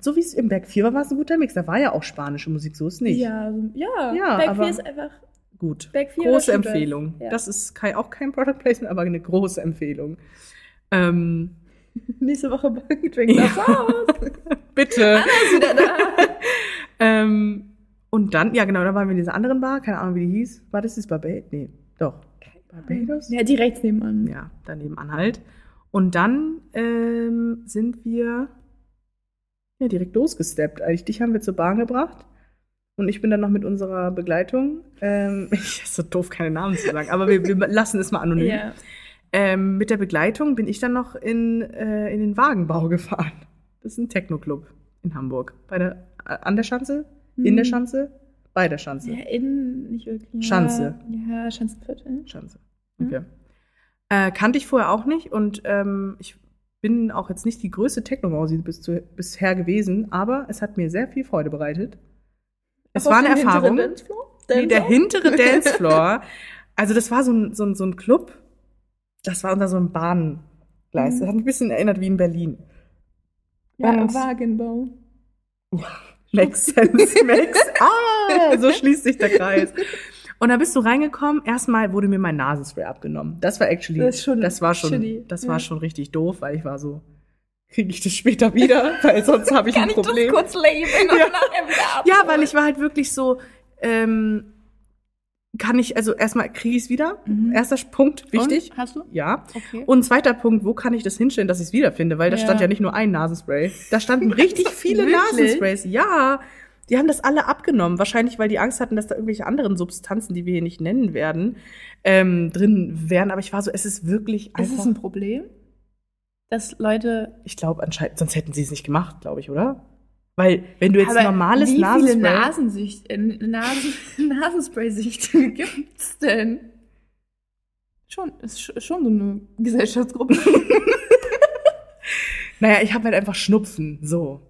B: so wie es im Back 4 war, war es ein guter Mix. Da war ja auch spanische Musik, so ist nicht.
A: Ja, so, ja,
B: Ja,
A: Back
B: aber-
A: Fear ist einfach.
B: Gut.
A: Back Fear
B: Große
A: war schon geil.
B: Empfehlung.
A: Ja.
B: Das ist kein, auch kein Product Placement, aber eine große Empfehlung. Ähm, *laughs*
A: Nächste Woche Bank das aus. *laughs* Ah,
B: bitte.
A: Wieder da.
B: *laughs* Ähm, und dann, ja genau, dann waren wir in dieser anderen Bar, keine Ahnung, wie die hieß. War das das Barbados? Nee, doch. Barbados?
A: Ja, die rechts nebenan.
B: Ja, daneben an halt. Und dann ähm, sind wir ja, direkt losgesteppt. Eigentlich dich haben wir zur Bahn gebracht. Und ich bin dann noch mit unserer Begleitung, ähm, *laughs* ich ist so doof, keine Namen zu sagen, aber wir, wir lassen es mal anonym.
A: Ja.
B: Ähm, mit der Begleitung bin ich dann noch in, äh, in den Wagenbau gefahren. Das ist ein Techno-Club in Hamburg. Bei der, äh, an der Schanze? In der
A: Hm.
B: Schanze? Bei der Schanze.
A: Ja, innen nicht wirklich.
B: Schanze.
A: Ja, Schanzenviertel.
B: Schanze.
A: Mhm.
B: Okay. Äh, kannte ich vorher auch nicht und ähm, ich bin auch jetzt nicht die größte Techno-Mausi bis zu, bisher gewesen, aber es hat mir sehr viel Freude bereitet. Es
A: Auch
B: war
A: auf
B: eine
A: dem
B: Erfahrung.
A: hinteren Dancefloor?
B: Nee, der
A: Dancefloor? *laughs*
B: hintere Dancefloor. Also das war so ein, so ein, so ein Club. Das war unter so einem Bahngleis.
A: Mhm.
B: Das hat mich ein bisschen erinnert wie in Berlin.
A: Ja,
B: Ganz-
A: Wagenbau. Oh.
B: Makes sense,
A: *laughs*
B: makes ah, so schließt sich der Kreis. Und da bist du reingekommen. Erstmal wurde mir mein Nasenspray abgenommen. Das war actually,
A: Das ist schon
B: das war schon,
A: shitty,
B: das
A: ja.
B: war schon richtig doof, weil ich war so, kriege ich das später
A: *laughs*
B: wieder, weil sonst habe ich ein Problem.
A: kurz labeln
B: und Ja.
A: nachher wieder
B: ja, weil ich war halt wirklich so, ähm, kann ich, also erstmal kriege ich es wieder.
A: Mhm.
B: Erster Punkt, wichtig.
A: Und? Hast du?
B: Ja.
A: Okay.
B: Und zweiter Punkt, wo kann ich das hinstellen, dass ich es wiederfinde? Weil da
A: Ja.
B: stand ja nicht nur ein Nasenspray. Da
A: *laughs*
B: standen richtig viele
A: Wirklich?
B: Nasensprays. Ja. Die haben das alle abgenommen. Wahrscheinlich, weil die Angst hatten, dass da irgendwelche anderen Substanzen, die wir hier nicht nennen werden, ähm, drin wären. Aber ich war so, es ist wirklich
A: ist es
B: einfach.
A: ein Problem, dass Leute
B: ich glaube anscheinend, sonst hätten sie es nicht gemacht, glaube ich, oder? Weil, wenn du jetzt normales
A: wie
B: Nasenspray.
A: viele Nasensicht, äh, *laughs* Nasen, Nasenspray-Süchte *laughs* gibt's denn? Schon, ist sch- schon so eine Gesellschaftsgruppe.
B: Naja, ich habe halt einfach Schnupfen. So.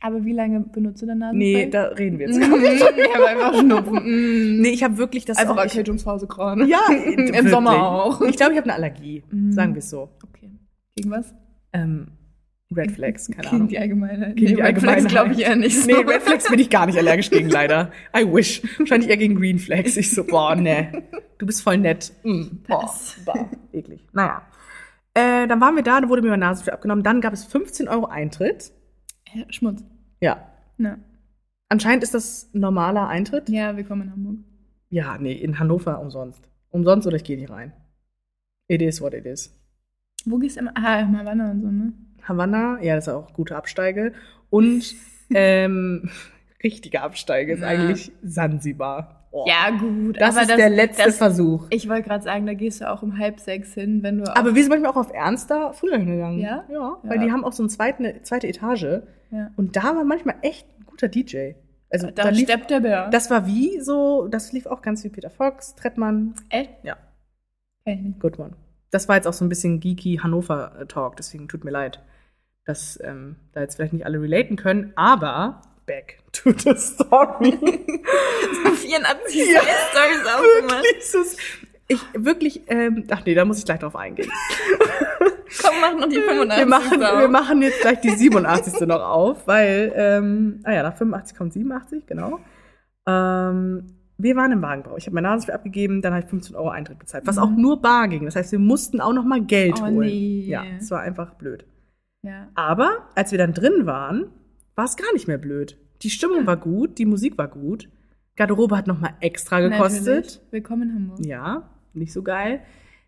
A: Aber wie lange benutzt du dein Nasenspray? *laughs*
B: Nee, da reden wir jetzt.
A: Mhm, ich habe einfach *laughs* Schnupfen.
B: Nee, ich habe wirklich das
A: Einfach
B: auch. Ich,
A: Erkältungspause *laughs* gerade.
B: ja,
A: Also Im
B: wirklich.
A: Sommer auch.
B: Ich glaube, ich habe eine Allergie.
A: Mhm.
B: Mm. Sagen wir es so.
A: Okay. Gegen was?
B: Ähm, Red Flags, keine
A: Gegen
B: Ahnung.
A: die Allgemeinheit.
B: Gegen die
A: Red Flags
B: Allgemeinheit.
A: glaube ich eher nicht so.
B: Nee, Red
A: *laughs*
B: Flags bin ich gar nicht allergisch gegen, leider. I wish. Wahrscheinlich eher gegen Green Flags. Ich so, boah, ne. Du bist voll nett. Mm, boah,
A: Pass.
B: boah, eklig. Naja. Äh, dann waren wir da, dann wurde mir mein Nasenspray abgenommen. Dann gab es 15 Euro Eintritt.
A: Hä, Schmutz.
B: Ja.
A: Na.
B: Anscheinend ist das normaler Eintritt.
A: Ja, willkommen in Hamburg.
B: Ja, nee, in Hannover umsonst. Umsonst oder ich gehe nicht rein. It is what it is.
A: Wo gehst du immer? Ah, mal wandern und so, ne?
B: Havanna, ja, das ist auch gute Absteige. Und ähm, *laughs* richtige Absteige ist
A: Ja.
B: eigentlich Sansibar. Oh.
A: Ja, gut.
B: das
A: aber
B: ist der letzte
A: das-
B: Versuch.
A: Ich wollte gerade sagen, da gehst du auch um halb sechs hin, wenn du auch,
B: Aber wir sind manchmal auch auf Ernst da früher hingegangen.
A: Ja?
B: Ja,
A: Ja.
B: weil die haben auch so eine zweite, zweite Etage.
A: Ja.
B: Und da war manchmal echt ein guter DJ. Also da,
A: da
B: lief,
A: steppt der Bär.
B: das war wie so, das lief auch ganz viel Peter Fox, Trettmann,
A: Echt?
B: Ja.
A: Kenn ich nicht.
B: Goodman. Das war jetzt auch so ein bisschen geeky Hannover-Talk, deswegen tut mir leid, dass ähm, da jetzt vielleicht nicht alle relaten können, aber back to the
A: *laughs*
B: story. *laughs*
A: 84
B: Ja,
A: Stories aufgemacht.
B: wirklich, so ist- ich wirklich, ähm, ach nee, da muss ich gleich drauf eingehen.
A: Komm, mach noch die 85.
B: Wir machen,
A: drauf.
B: wir machen jetzt gleich die 87. noch auf, weil, ähm, ah ja, nach 85 kommt 87, genau. Ähm, wir waren im Wagenbau. Ich habe mein Nasenspiel abgegeben, dann habe ich 15 Euro Eintritt bezahlt, was
A: Mhm.
B: auch nur bar ging. Das heißt, wir mussten auch noch mal Geld
A: Oh,
B: holen.
A: nee.
B: Ja, es war einfach blöd.
A: ja.
B: Aber als wir dann drin waren, war es gar nicht mehr blöd. Die Stimmung war gut, die Musik war gut. Garderobe hat noch mal extra gekostet.
A: Natürlich. Willkommen in Hamburg.
B: Ja, nicht so geil.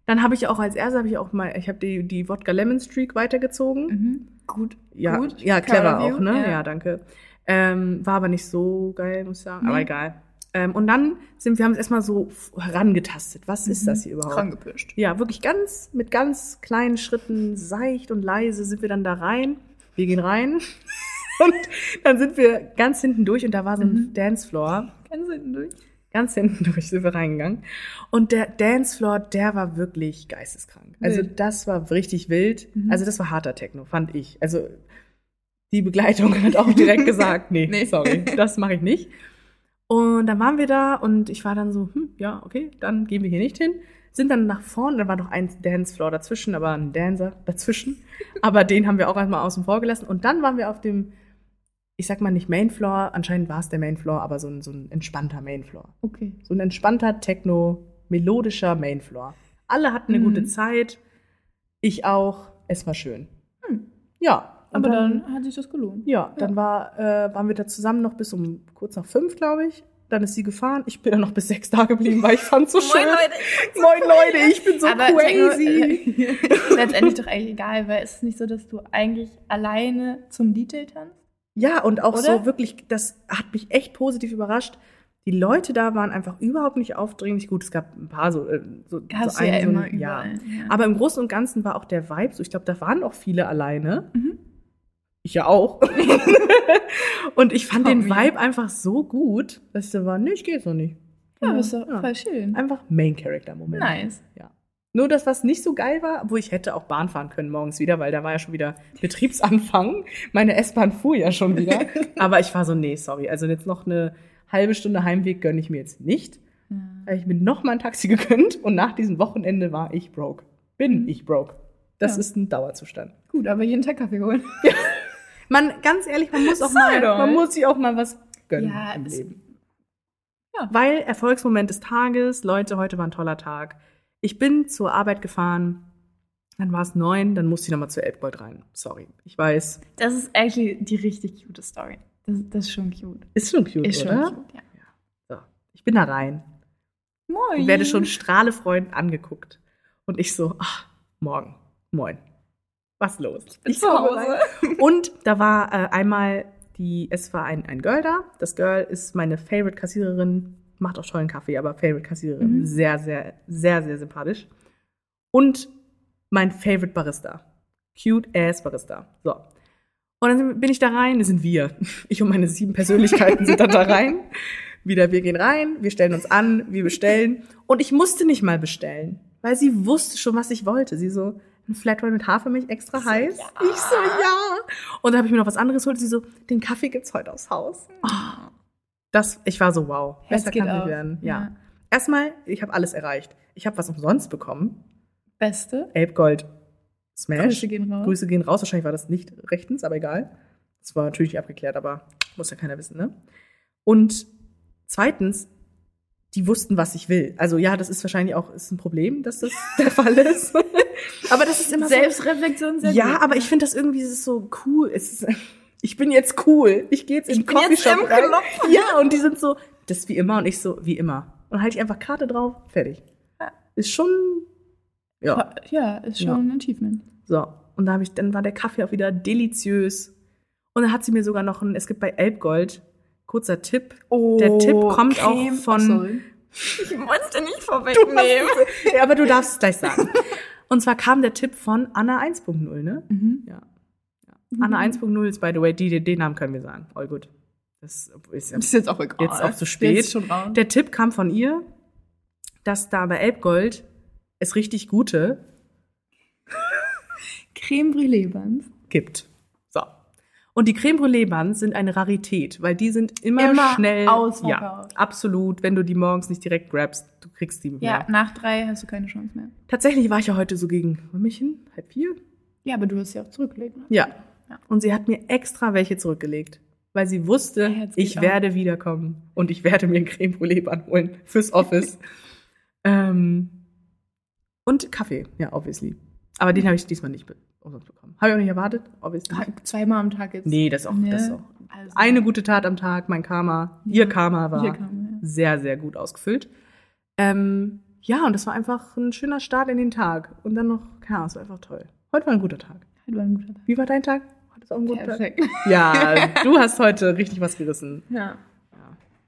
B: Dann habe ich auch als erstes habe ich auch mal, ich habe die, die Wodka Lemon Streak weitergezogen.
A: Mhm. Gut.
B: Ja,
A: Gut.
B: ja clever
A: Clever
B: auch, ne?
A: View,
B: Ja,
A: ja.
B: danke. Ähm, war aber nicht so geil, muss ich sagen. Aber
A: Nee.
B: egal. Ähm, und dann sind wir haben es erstmal so f- herangetastet. Was
A: Mhm.
B: ist das hier überhaupt?
A: Rangepischt.
B: Ja, wirklich ganz mit ganz kleinen Schritten, seicht und leise sind wir dann da rein. Wir gehen rein. *laughs* und dann sind wir ganz hinten durch und da war so ein
A: Mhm.
B: Dancefloor.
A: Ganz hinten durch.
B: Ganz hinten *laughs* durch sind wir reingegangen. Und der Dancefloor, der war wirklich geisteskrank. Also
A: Wild.
B: das war richtig wild.
A: Mhm.
B: Also das war harter Techno, fand ich. Also die Begleitung hat auch
A: *laughs*
B: direkt gesagt, nee,
A: Nee.
B: sorry, das mache ich nicht. Und dann waren wir da und ich war dann so, hm, ja, okay, dann gehen wir hier nicht hin. Sind dann nach vorne, da war noch ein Dancefloor dazwischen, aber ein Dancer dazwischen. Aber den haben wir auch einmal außen vor gelassen. Und dann waren wir auf dem, ich sag mal nicht Mainfloor, anscheinend war es der Mainfloor, aber so ein, so ein entspannter Mainfloor.
A: Okay.
B: So ein entspannter Techno, melodischer Mainfloor. Alle hatten eine
A: Mhm.
B: gute Zeit. Ich auch. Es war schön.
A: Hm.
B: Ja. und
A: Aber dann, hat sich das gelohnt.
B: Ja, dann War, äh, waren wir da zusammen noch bis um kurz nach fünf, glaube ich. Dann ist sie gefahren. Ich bin dann noch bis sechs da geblieben, weil ich fand's
A: *laughs*
B: so schön. *laughs* Moin Leute, ich bin so
A: Aber äh,
B: crazy.
A: Techno- *laughs* letztendlich doch eigentlich egal, weil es ist nicht so, dass du eigentlich alleine zum DJ tanzt.
B: Ja, und auch so
A: Oder?
B: wirklich, das hat mich echt positiv überrascht. Die Leute da waren einfach überhaupt nicht aufdringlich. Gut, es gab ein paar so, äh, so,
A: Hast
B: so
A: du ja
B: einen, so
A: immer
B: einen-
A: überall. Ja.
B: Aber im Großen und Ganzen war auch der Vibe so. Ich glaube, da waren auch viele alleine.
A: Mhm.
B: Ich ja auch. *laughs* und ich fand den
A: Komm, ja.
B: Vibe einfach so gut, dass ich so war, nee, ich geh jetzt noch nicht.
A: ja, das ist doch
B: Genau. Ja.
A: voll schön.
B: Einfach Main-Character-Moment.
A: Nice.
B: Nur das, was nicht so geil war, obwohl ich hätte auch Bahn fahren können morgens wieder, weil da war ja schon wieder Betriebsanfang. Meine S-Bahn fuhr ja schon
A: *laughs*
B: wieder. Aber ich war so, nee, sorry. Also jetzt noch eine halbe Stunde Heimweg gönne ich mir jetzt nicht.
A: Ja.
B: Da habe ich mir nochmal ein Taxi *laughs* gegönnt und nach diesem Wochenende war ich broke. Bin
A: Mhm.
B: ich broke. Das
A: Ja.
B: ist ein Dauerzustand.
A: Gut, aber jeden Tag Kaffee *laughs* holen.
B: Man, ganz ehrlich, man *laughs* muss auch
A: Sei
B: mal,
A: doch.
B: man muss sich auch mal was gönnen
A: Ja,
B: im
A: es-
B: Leben.
A: ja.
B: Weil Erfolgsmoment des Tages, Leute, heute war ein toller Tag. Ich bin zur Arbeit gefahren, dann war es neun, dann musste ich nochmal zu Elbgold rein. Sorry, ich weiß.
A: Das ist eigentlich die richtig cute Story. Das, das ist schon cute.
B: Ist schon cute,
A: Ist schon
B: oder?
A: cute, ja.
B: So. Ich bin da rein
A: Moin.
B: und werde schon strahlefreund angeguckt. Und ich so, ach, morgen, moin. Was los?
A: ich zu
B: komme
A: Hause.
B: rein. Und da war äh, einmal die, es war ein, ein Girl da. Das Girl ist meine Favorite Kassiererin, macht auch tollen Kaffee, aber Favorite Kassiererin.
A: Mhm.
B: Sehr, sehr, sehr, sehr sympathisch. Und mein Favorite Barista. Cute ass Barista. So. Und dann sind- bin ich da rein, das sind wir. *laughs* Ich und meine sieben Persönlichkeiten sind dann da rein. Wieder, wir gehen rein, wir stellen uns an, wir bestellen. Und ich musste nicht mal bestellen, weil sie wusste schon, was ich wollte. Sie so, ein Flatrate mit Hafermilch extra heiß.
A: ja.
B: Ich so, ja. Und dann habe ich mir noch was anderes geholt. Sie so, den Kaffee gibt's heute aufs Haus.
A: Ah,
B: Das, ich war so, wow,
A: Herz
B: *laughs* besser
A: geht
B: kann nicht
A: auf.
B: werden. Ja. Erstmal, ich habe alles erreicht. Ich habe was umsonst bekommen.
A: Beste.
B: Elbgold Smash.
A: Grüße gehen raus.
B: Grüße gehen raus. Wahrscheinlich war das nicht rechtens, aber egal. Das war natürlich nicht abgeklärt, aber muss ja keiner wissen, ne? Und zweitens, die wussten, was ich will. Also ja, das ist wahrscheinlich auch ist ein Problem, dass
A: *laughs*
B: das der Fall ist. aber das ist immer
A: Selbstreflexion
B: so.
A: sehr
B: Ja,
A: gut.
B: aber ich finde das irgendwie es ist so cool. Es ist, ich bin jetzt cool. Ich gehe jetzt in den
A: Ich bin jetzt
B: Coffeeshop
A: im
B: rein.
A: Club.
B: Ja, und die sind so, das ist wie immer und ich so, wie immer. Und halte ich einfach Karte drauf, fertig.
A: Ja.
B: Ist schon Ja.
A: Ja, ist schon
B: Ja.
A: ein Achievement.
B: So. Und da habe ich, dann war der Kaffee auch wieder deliziös. Und dann hat sie mir sogar noch ein, es gibt bei Elbgold, kurzer Tipp.
A: Oh,
B: Der Tipp kommt
A: Creme-
B: auch von-
A: Ach, sorry.
C: Ich wollte nicht vorwegnehmen.
B: Ja, *laughs* aber du darfst es gleich sagen. *laughs* Und zwar kam der Tipp von Anna 1.0, ne?
A: Mhm.
B: Ja. Anna 1.0 ist, by the way, die, den Namen können wir sagen. All gut. Das ist ja
A: Ist jetzt auch egal.
B: Jetzt auch zu spät.
A: Jetzt schon raus.
B: Der Tipp kam von ihr, dass da bei Elbgold es richtig gute
A: Creme Brûlée Buns.
B: gibt. So. Und die Creme Brûlée Buns sind eine Rarität, weil die sind immer,
A: Immer
B: schnell Ja,
A: ausverkauft.
B: absolut. Wenn du die morgens nicht direkt grabst, du kriegst die
A: Ja,
B: mehr.
A: nach drei hast du keine Chance mehr.
B: Tatsächlich war ich ja heute so gegen, wann bin ich hin? Halb vier?
A: Ja, aber du hast ja auch zurückgelegt. ne?
B: Ja.
A: Ja.
B: Und sie hat mir extra welche zurückgelegt, weil sie wusste,
A: Ja, jetzt geht's
B: ich
A: auch.
B: werde wiederkommen und ich werde mir ein Creme Brûlée Bun holen fürs
A: *laughs*
B: Office. ähm, und Kaffee, ja, obviously. Aber den habe ich diesmal nicht be- umsonst bekommen. Habe ich auch nicht erwartet, obviously.
A: Zweimal am Tag jetzt.
B: Nee, das auch,
A: Nee.
B: das auch.
A: Also,
B: Eine gute Tat am Tag, mein Karma,
A: Ja.
B: ihr Karma war
A: Hier kam, ja.
B: sehr, sehr gut ausgefüllt. Ähm, ja, und das war einfach ein schöner Start in den Tag. Und dann noch, keine Ahnung, es war einfach toll. Heute war ein guter Tag.
A: Heute Halt war ein guter Tag.
B: Wie war dein Tag? Hattest du auch einen guten Tag?
A: Perfekt.
B: Ja, du hast heute richtig was gerissen.
A: *laughs* Ja.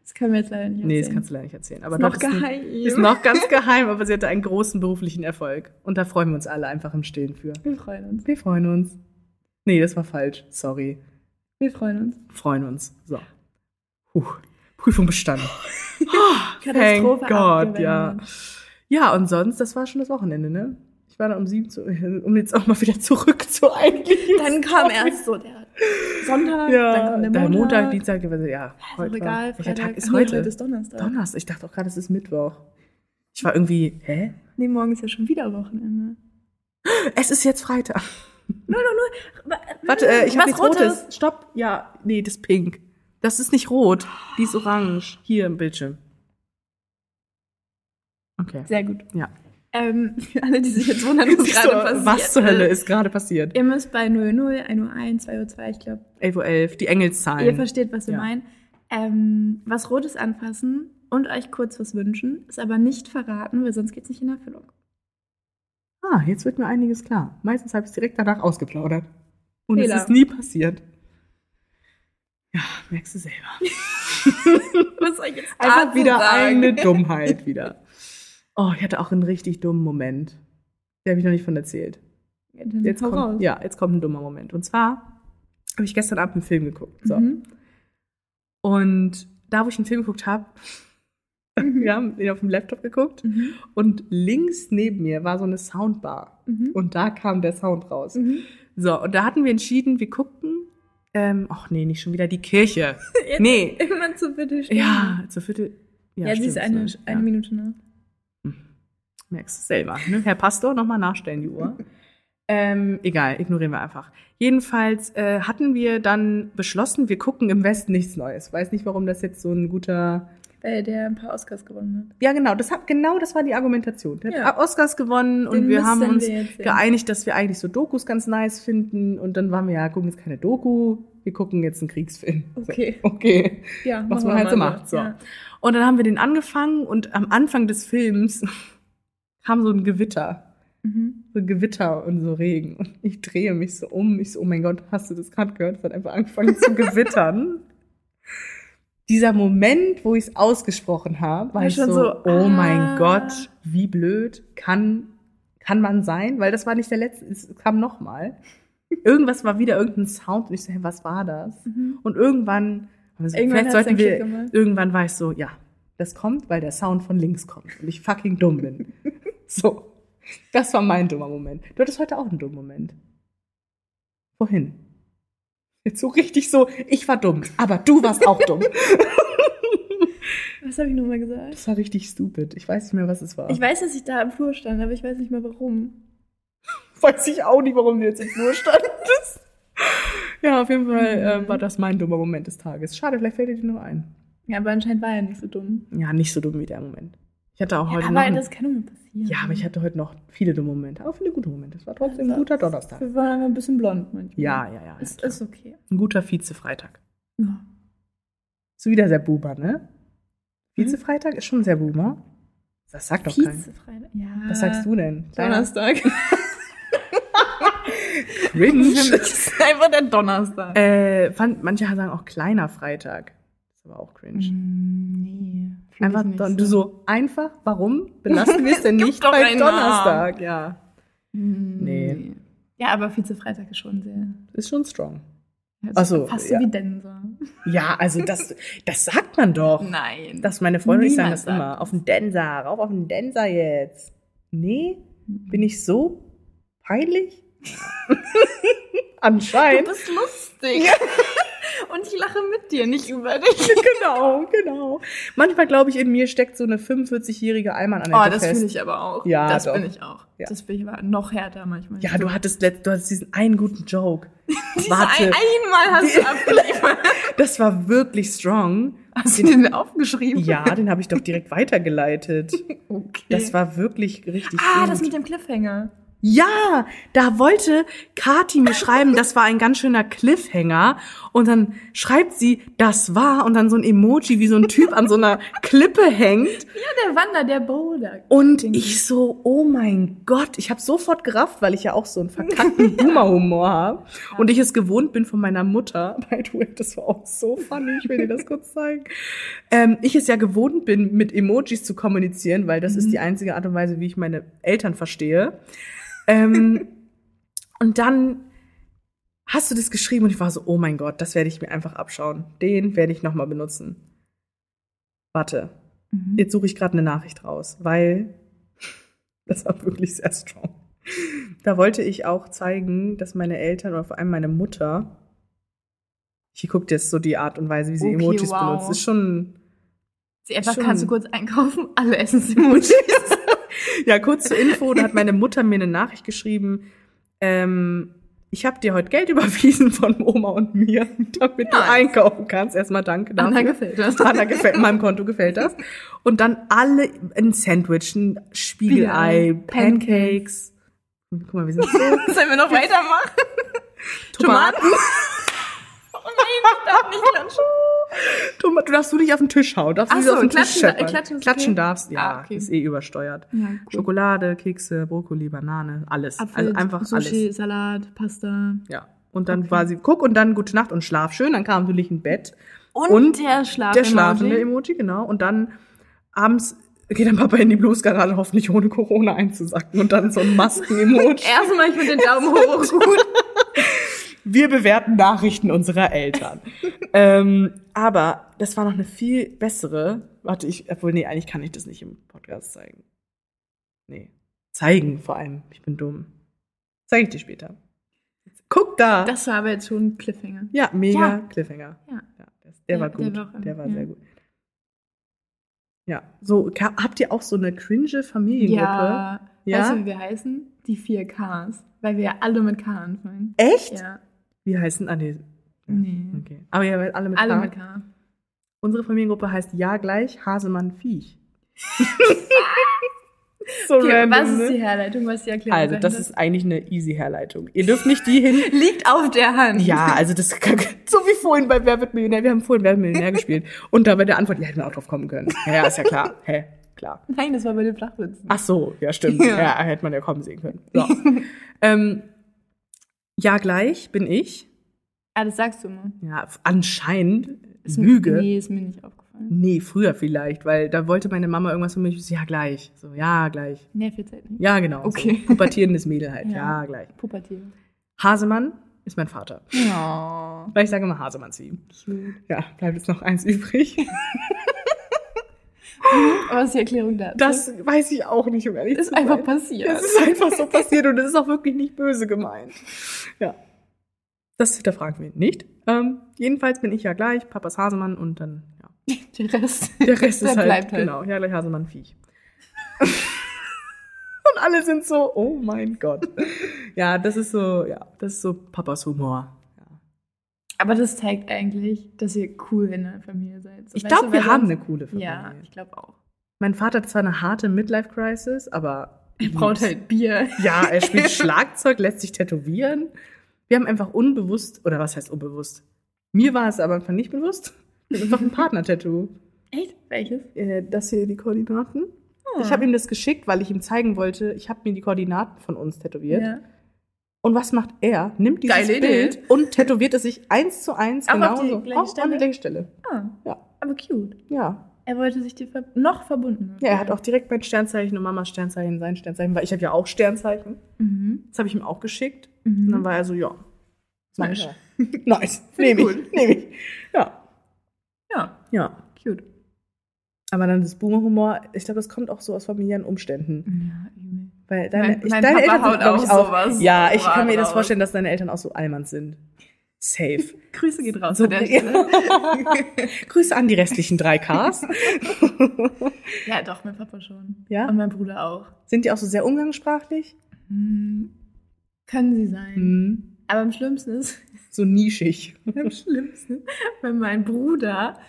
A: Das können wir jetzt leider nicht
B: Nee, das
A: erzählen.
B: kannst du leider nicht erzählen. Aber
A: Ist noch
B: doch, ist ein-
A: geheim.
B: Ist noch ganz geheim, aber sie hatte einen großen beruflichen Erfolg. Und da freuen wir uns alle einfach im Stillen für.
A: Wir freuen uns.
B: Wir freuen uns. Nee, das war falsch. Sorry.
A: Wir freuen uns.
B: Freuen uns. So. Puh. Prüfung bestanden.
A: Katastrophe
B: Gott, ja.
A: abgewendet.
B: Ja, und sonst, das war schon das Wochenende, ne? Ich war dann um sieben zu, *laughs* um jetzt auch mal wieder zurück zu eigentlich. *laughs*
A: Dann kam erst so der Sonntag,
B: ja,
A: dann kam der Montag.
B: Montag Dienstag, ja.
A: Ist
B: heute
A: auch
B: war-
A: egal,
B: Welcher
A: Freitag.
B: Tag ist
A: Ah, nee,
B: heute?
A: heute ist Donnerstag.
B: Donnerstag. Ich dachte auch gerade, es ist Mittwoch. Ich war irgendwie, hä?
A: nee, morgen ist ja schon wieder Wochenende.
B: Es ist jetzt Freitag.
A: Warte,
B: Warte, äh, ich
A: was
B: habe jetzt
A: Rotes.
B: rotes. Stopp. Ja, nee, das ist pink. Das ist nicht rot. Die ist orange. Hier im Bildschirm.
A: *laughs*
B: Okay.
A: Sehr gut.
B: Ja.
A: Ähm, *laughs* für alle, die sich jetzt wundern, was
B: Siehst
A: gerade
B: du, *laughs*
A: passiert.
B: was zur Hölle
A: ist?
B: ist gerade passiert?
A: Ihr müsst bei 00, 101, 202, ich glaube,
B: 11.11 Uhr, die Engelszahlen.
A: ihr versteht, was wir
B: Ja.
A: meinen. Ähm, was Rotes anfassen und euch kurz was wünschen, ist aber nicht verraten, weil sonst geht's nicht in Erfüllung.
B: Ah, jetzt wird mir einiges klar. Meistens habe ich es direkt danach ausgeplaudert. Und
A: Fehler.
B: es ist nie passiert. Ja, merkst du selber.
A: Was soll ich jetzt
B: Einfach wieder *laughs*
A: sagen?
B: eine Dummheit wieder. Oh, ich hatte auch einen richtig dummen Moment. Der habe ich noch nicht von erzählt.
A: Ja, dann
B: Jetzt
A: hau
B: kommt,
A: raus.
B: Ja, jetzt kommt ein dummer Moment. Und zwar habe ich gestern Abend einen Film geguckt. So.
A: Mhm.
B: Und da, wo ich einen Film geguckt habe, *laughs* wir haben ihn auf dem Laptop geguckt
A: Mhm.
B: und links neben mir war so eine Soundbar.
A: Mhm.
B: Und da kam der Sound raus.
A: Mhm.
B: So, und da hatten wir entschieden, wir guckten. Ähm, ach nee, nicht schon wieder die
A: *laughs*
B: Kirche.
A: *laughs* Jetzt
B: Nee.
A: Immer zu bitte stehen.
B: Ja, zur Viertel.
A: Ja, sie ist
B: stimmt,
A: eine,
B: so,
A: eine Minute ne? nach.
B: Merkst du selber. Ne? Herr Pastor, nochmal nachstellen die
A: *laughs*
B: Uhr. ähm, egal, ignorieren wir einfach. Jedenfalls äh, hatten wir dann beschlossen, wir gucken im Westen nichts Neues. Weiß nicht, warum das jetzt so ein guter.
A: Weil der ein paar Oscars gewonnen
B: Ja, genau, das hat genau das war die Argumentation. Der
A: Ja.
B: hat Oscars gewonnen
A: hat.
B: und
A: Den
B: wir haben
A: müssen
B: uns
A: jetzt sehen.
B: geeinigt, dass wir eigentlich so Dokus ganz nice finden. Und dann waren wir, ja, gucken jetzt keine Doku, wir gucken jetzt einen Kriegsfilm.
A: Okay.
B: So, okay.
A: Ja,
B: was man
A: machen wir
B: halt so
A: mal
B: macht, so.
A: Ja.
B: Und dann haben wir den angefangen und am Anfang des Films *laughs* kam so ein Gewitter.
A: Mhm.
B: so Gewitter und so Regen. Und ich drehe mich so um. Ich so, oh mein Gott, hast du das gerade gehört? Es hat einfach angefangen zu
A: *laughs*
B: gewittern. Dieser Moment, wo ich es ausgesprochen habe, war
A: War
B: ich
A: schon
B: so,
A: so,
B: oh mein
A: ah.
B: Gott, wie blöd kann, kann man sein? Weil das war nicht der letzte, es kam nochmal. Irgendwas war wieder irgendein Sound und ich so, hä, was war das?
A: Mhm.
B: Und irgendwann, also
A: Irgendwann
B: vielleicht
A: hat's
B: sollten
A: dann
B: wir,
A: Klick gemacht.
B: irgendwann war ich so, ja, das kommt, weil der Sound von links kommt und ich fucking dumm
A: *laughs*
B: bin. so, das war mein dummer Moment. Du hattest heute auch einen dummen Moment. Wohin? Jetzt so richtig so, ich war dumm, aber du warst auch
A: *laughs*
B: dumm.
A: Was habe ich nochmal gesagt?
B: Das war richtig stupid. Ich weiß nicht mehr, was es war.
A: Ich weiß, dass ich da im Flur stand, aber ich weiß nicht mehr warum.
B: weiß ich auch nicht, warum du jetzt im Flur standest. ja, auf jeden Fall
A: Mhm.
B: äh, war das mein dummer Moment des Tages. Schade, vielleicht fällt dir dir noch ein.
A: Ja, aber anscheinend war er nicht so dumm.
B: Ja, nicht so dumm wie der Moment. Ich hatte auch heute noch.
A: aber
B: einen-
A: das kann doch mal passieren.
B: Ja, aber ich hatte heute noch viele dumme Momente, auch viele gute Momente. Es war trotzdem ein
A: Also,
B: guter Donnerstag.
A: Wir waren einfach ein bisschen blond manchmal.
B: Ja, ja, ja.
A: Es
B: ja,
A: ist okay.
B: klar. ein guter Vize-Freitag.
A: Ja.
B: Ist wieder sehr Buber, ne? Vize-Freitag ist schon sehr Buber. Das sagt doch keiner.
A: Vize-Freitag. Ja.
B: Was sagst du denn?
A: Äh, Donnerstag. *laughs* Für
B: *laughs*
A: *laughs*
B: Cringe.
A: mich ist einfach der Donnerstag.
B: äh, fand, manche sagen auch kleiner Freitag. Ist aber auch cringe.
A: Mm, Nee. fühl
B: Einfach
A: Mhm. ich nicht
B: Don- du so einfach, warum belassen wir es denn
C: Gib
B: nicht
C: doch
B: bei
C: einen
B: Donnerstag? Ja. Nee.
A: Nee. Mm. Ja, aber Vize-Freitag ist schon sehr.
B: Ist schon strong.
A: Also
B: Ach so,
A: Fast
B: ja.
A: so wie Denser.
B: Ja, also das, das sagt man doch.
A: Nein.
B: Dass meine Freunde ich sagen
A: Niemand
B: Oh. das immer.
A: sagt
B: Auf den Denser, rauf auf den Denser jetzt. Nee,
A: Mhm.
B: bin ich so peinlich? *laughs*
A: du
B: Anscheinend.
A: bist lustig. *laughs* Und ich lache mit dir, nicht über dich.
B: genau, genau. Manchmal glaube ich, in mir steckt so eine 45-jährige Alman an
A: Oh,
B: der
A: das
B: fest.
A: fühle ich aber auch.
B: Ja,
A: das
B: doch.
A: bin ich auch.
B: Ja.
A: Das bin ich aber noch härter manchmal.
B: Ja, du hattest, letzt, du hattest diesen einen guten
A: *laughs*
B: Joke.
A: Diese
B: Warte,
A: Ein, einmal hast
B: *laughs*
A: du abgeliefert.
B: das war wirklich strong.
A: Hast du den aufgeschrieben?
B: Ja, den habe ich doch direkt weitergeleitet.
A: *laughs* Okay.
B: Das war wirklich richtig
A: ah,
B: gut.
A: das mit dem Cliffhanger.
B: Ja, da wollte Kati mir schreiben, das war ein ganz schöner Cliffhanger. Und dann schreibt sie, das war, und dann so ein Emoji, wie so ein Typ an so einer Klippe hängt.
A: Ja, der Wander, der Boulder.
B: Und ich so, oh mein Gott, ich habe sofort gerafft, weil ich ja auch so einen verkackten Boomer-Humor habe. Und ich es gewohnt bin von meiner Mutter. *laughs* By the way, das war auch so funny, ich will dir das kurz zeigen. Ähm, ich es ja gewohnt bin, mit Emojis zu kommunizieren, weil das ist die einzige Art und Weise, wie ich meine Eltern verstehe. Ähm, und dann hast du das geschrieben und ich war so, oh mein Gott, das werde ich mir einfach abschauen. Den werde ich nochmal benutzen. Warte. Jetzt suche ich gerade eine Nachricht raus, weil *laughs* das war wirklich sehr strong. Da wollte ich auch zeigen, dass meine Eltern oder vor allem meine Mutter, ich gucke jetzt so die Art und Weise, wie sie
A: Okay,
B: Emojis
A: wow.
B: benutzt, ist schon,
A: Sie einfach
B: Schon.
A: kannst du kurz einkaufen, alle Essens-Emojis.
B: *laughs* ja, kurz zur Info, da hat meine Mutter mir eine Nachricht geschrieben, ähm, ich habe dir heute Geld *laughs* überwiesen von Oma und mir, damit du
A: Nice. Ah,
B: einkaufen kannst. Erstmal danke dafür.
A: Anna gefällt das.
B: Anna gefällt, meinem Konto gefällt das. Und dann alle ein Sandwich, ein Spiegelei,
A: Spiegelei,
B: Pancakes. Guck mal, wir
A: *laughs*
B: sind so
A: *laughs* Sollen wir noch weitermachen?
B: *laughs* Tomaten.
A: Oh nein, ich darf nicht klatschen.
B: Toma du darfst du dich auf den Tisch hauen, darfst du
A: Ach
B: dich
A: so,
B: auf den
A: klatschen
B: Tisch
A: da-
B: scheppern.
A: klatschen ist
B: klatschen
A: okay?
B: darfst, ja,
A: Ah, okay.
B: ist eh übersteuert.
A: Ja, cool.
B: Schokolade, Kekse, Brokkoli, Banane, alles,
A: Apfel,
B: also einfach
A: Sushi,
B: alles.
A: Salat, Pasta.
B: Ja. Und dann war sie, guck und dann gute Nacht und schlaf schön, dann kam natürlich ein Bett.
A: Und, der Schlaf.
B: Der schlafende Emoji, genau. Und dann abends geht dann Papa in die Bluesgarage, hoffentlich ohne Corona einzusacken. Und dann so ein
A: *laughs*
B: Masken-Emoji. *laughs*
A: Erstmal ich mit den Daumen hoch. Gut.
B: Wir bewerten Nachrichten unserer
A: *laughs*
B: Eltern. ähm, aber das war noch eine viel bessere. Warte, ich, obwohl, nee, eigentlich kann ich das nicht im Podcast zeigen. Nee. Zeigen vor allem. Ich bin dumm. Zeige ich dir später. Guck da!
A: Das war aber jetzt schon ein Cliffhanger.
B: ja, mega
A: Ja.
B: Cliffhanger.
A: Ja.
B: das, der,
A: Der-
B: war
A: der
B: gut. Der war,
A: war auch- ja.
B: sehr gut. Ja, so, ka- habt ihr auch so eine cringe Familiengruppe?
A: Ja. also-
B: Ja?
A: Weißt du, wie wir heißen? Die vier Ks. Weil wir ja alle mit K anfangen.
B: Echt?
A: Ja.
B: Wie heißen, ah, nee.
A: Nee.
B: Okay. Aber ihr werdet alle mit
A: Alle
B: K.
A: mit K.
B: Unsere Familiengruppe heißt Ja gleich Hasemann Viech. *laughs* so
A: Okay,
B: random,
A: was ist
B: ne?
A: die Herleitung, was die Erklärung
B: Also, das
A: dahinter
B: ist eigentlich eine easy Herleitung. Ihr dürft nicht die hin.
A: Liegt auf der Hand.
B: *laughs* Ja, also das *laughs* so wie vorhin bei Wer wird Millionär. Wir haben vorhin Wer wird Millionär gespielt und da bei der Antwort, ja, hätten wir auch drauf kommen können. Ja, ja, ist ja klar. Hä? Klar.
A: *laughs* Nein, das war bei den Flachwitzen.
B: Ach so, ja, stimmt. Ja,
A: Ja.
B: hätte man ja kommen sehen können. *laughs* So. ähm, ja, gleich bin ich.
A: Ah, das sagst du immer.
B: Ja, anscheinend
A: Ist mir-
B: Lüge.
A: Nee, ist mir nicht aufgefallen.
B: Nee, früher vielleicht, weil da wollte meine Mama irgendwas von mir. Ich so, ja, gleich. So, ja, gleich.
A: Nee, viel Zeit halt nicht.
B: Ja, genau.
A: Okay.
B: So, pubertierendes Mädel halt. ja.
A: *laughs* Ja.
B: gleich.
A: Pubertier.
B: Hasemann ist mein Vater.
A: Oh,
B: Weil ich sage immer Hasemann zu ihm.
A: cute.
B: Ja, bleibt jetzt noch eins
A: *laughs*
B: übrig.
A: Aber was ist die Erklärung dazu?
B: Das weiß ich auch nicht, um ehrlich
A: ist
B: zu
A: einfach
B: sein.
A: passiert.
B: Das ist einfach so passiert und es ist auch wirklich nicht böse gemeint. Ja. Das hinterfragen wir nicht. Ähm, jedenfalls bin ich ja gleich, Papas Hasemann und dann, ja.
A: *laughs* Der Rest.
B: Der
A: *laughs*
B: Rest ist
A: Der
B: halt,
A: bleibt halt.
B: genau, ja, gleich Hasemann Viech. *laughs* Und alle sind so, oh mein Gott. Ja, das ist so, ja, das ist so Papas Humor.
A: Aber das zeigt eigentlich, dass ihr cool in der Familie seid. So,
B: Ich
A: weißt
B: glaube,
A: du,
B: wir
A: weil
B: haben eine
A: sonst-
B: coole Familie.
A: Ja, ich glaube auch.
B: Mein Vater hat zwar eine harte Midlife-Crisis, aber
A: Er braut halt Bier.
B: Ja,
A: *laughs*
B: er spielt Schlagzeug, lässt sich tätowieren. Wir haben einfach unbewusst, oder was heißt unbewusst? Mir war es aber einfach nicht bewusst. Wir haben einfach ein Partner-Tattoo.
A: Echt? Welches?
B: Äh, Das hier die Koordinaten.
A: Ah.
B: Ich habe ihm das geschickt, weil ich ihm zeigen wollte, ich habe mir die Koordinaten von uns tätowiert.
A: ja.
B: Und was macht er? Nimmt dieses
A: Geile Idee.
B: Bild und tätowiert es sich eins zu eins
A: Auch auf
B: genau
A: die
B: so.
A: gleiche
B: Auch an die
A: Stelle?
B: gleiche Stelle.
A: Ah,
B: Ja.
A: aber cute.
B: Ja.
A: Er wollte sich dir ver noch verbunden.
B: Ja, er hat auch direkt mein Sternzeichen und Mamas Sternzeichen, sein Sternzeichen, weil ich habe ja auch Sternzeichen.
A: Mhm.
B: Das habe ich ihm auch geschickt. Und dann
A: Mhm.
B: war er so, ja. mach
A: Nice.
B: ich. nice. *laughs* Nehme ich.
A: gut.
B: Nehme ich. Ja.
A: Ja,
B: Ja.
A: cute.
B: Aber dann das Boomer-Humor, ich glaube, das kommt auch so aus familiären Umständen.
A: Ja, übel.
B: Weil deine,
A: Mein-
B: ich,
A: mein
B: deine
A: Papa
B: Eltern sind,
A: haut
B: glaub ich,
A: auch
B: auch.
A: sowas
B: ja, ich kann mir
A: raus.
B: das vorstellen, dass deine Eltern auch so Allmanns sind. Safe. *laughs*
A: Grüße geht raus.
B: So,
A: an der *laughs* Stelle.
B: Grüße an die restlichen drei Ks.
A: ja, doch, mein Papa schon.
B: Ja?
A: Und mein Bruder auch.
B: Sind die auch so sehr umgangssprachlich?
A: Hm. Können sie sein.
B: Mhm.
A: Aber am schlimmsten ist, *laughs*
B: So nischig.
A: am schlimmsten, wenn mein Bruder,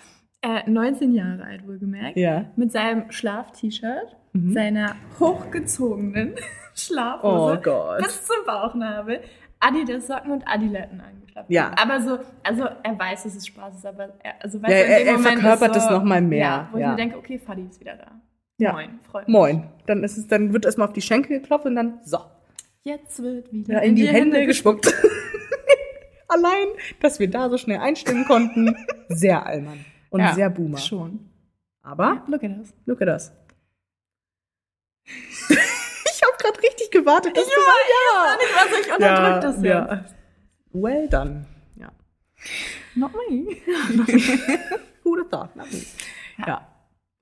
A: äh, 19 Jahre alt wohlgemerkt,
B: Ja.
A: mit seinem Schlaf-T-Shirt,
B: Mhm.
A: seiner hochgezogenen *laughs*
B: Oh
A: Schlafhose
B: Gott.
A: bis zum Bauchnabel, Adidas Socken und Adiletten angeschlafen.
B: Ja.
A: Aber so, also er weiß, dass es Spaß ist, aber er, also weiß
B: Ja,
A: er, in
B: er-
A: dem
B: er
A: Moment
B: verkörpert
A: ist so,
B: es noch mal mehr,
A: Ja, wo
B: ja.
A: ich mir denke, okay, Fadi ist wieder da.
B: Ja.
A: Moin, freut mich.
B: Moin. Dann, ist es, dann wird erstmal auf die Schenkel geklopft und dann so.
A: Jetzt wird wieder
B: Ja, in die Hände, gespuckt. *laughs* Allein, dass wir da so schnell einstimmen konnten. Sehr Allmann. Und
A: Ja,
B: sehr Boomer.
A: Schon.
B: Aber,
A: Look at us.
B: look at us. *laughs* ich habe gerade richtig gewartet, dass du
A: Ich weiß, ich unterdrück das jetzt.
B: ja. Well done. Ja.
A: Not me.
B: Who would have thought? Not me. Ja.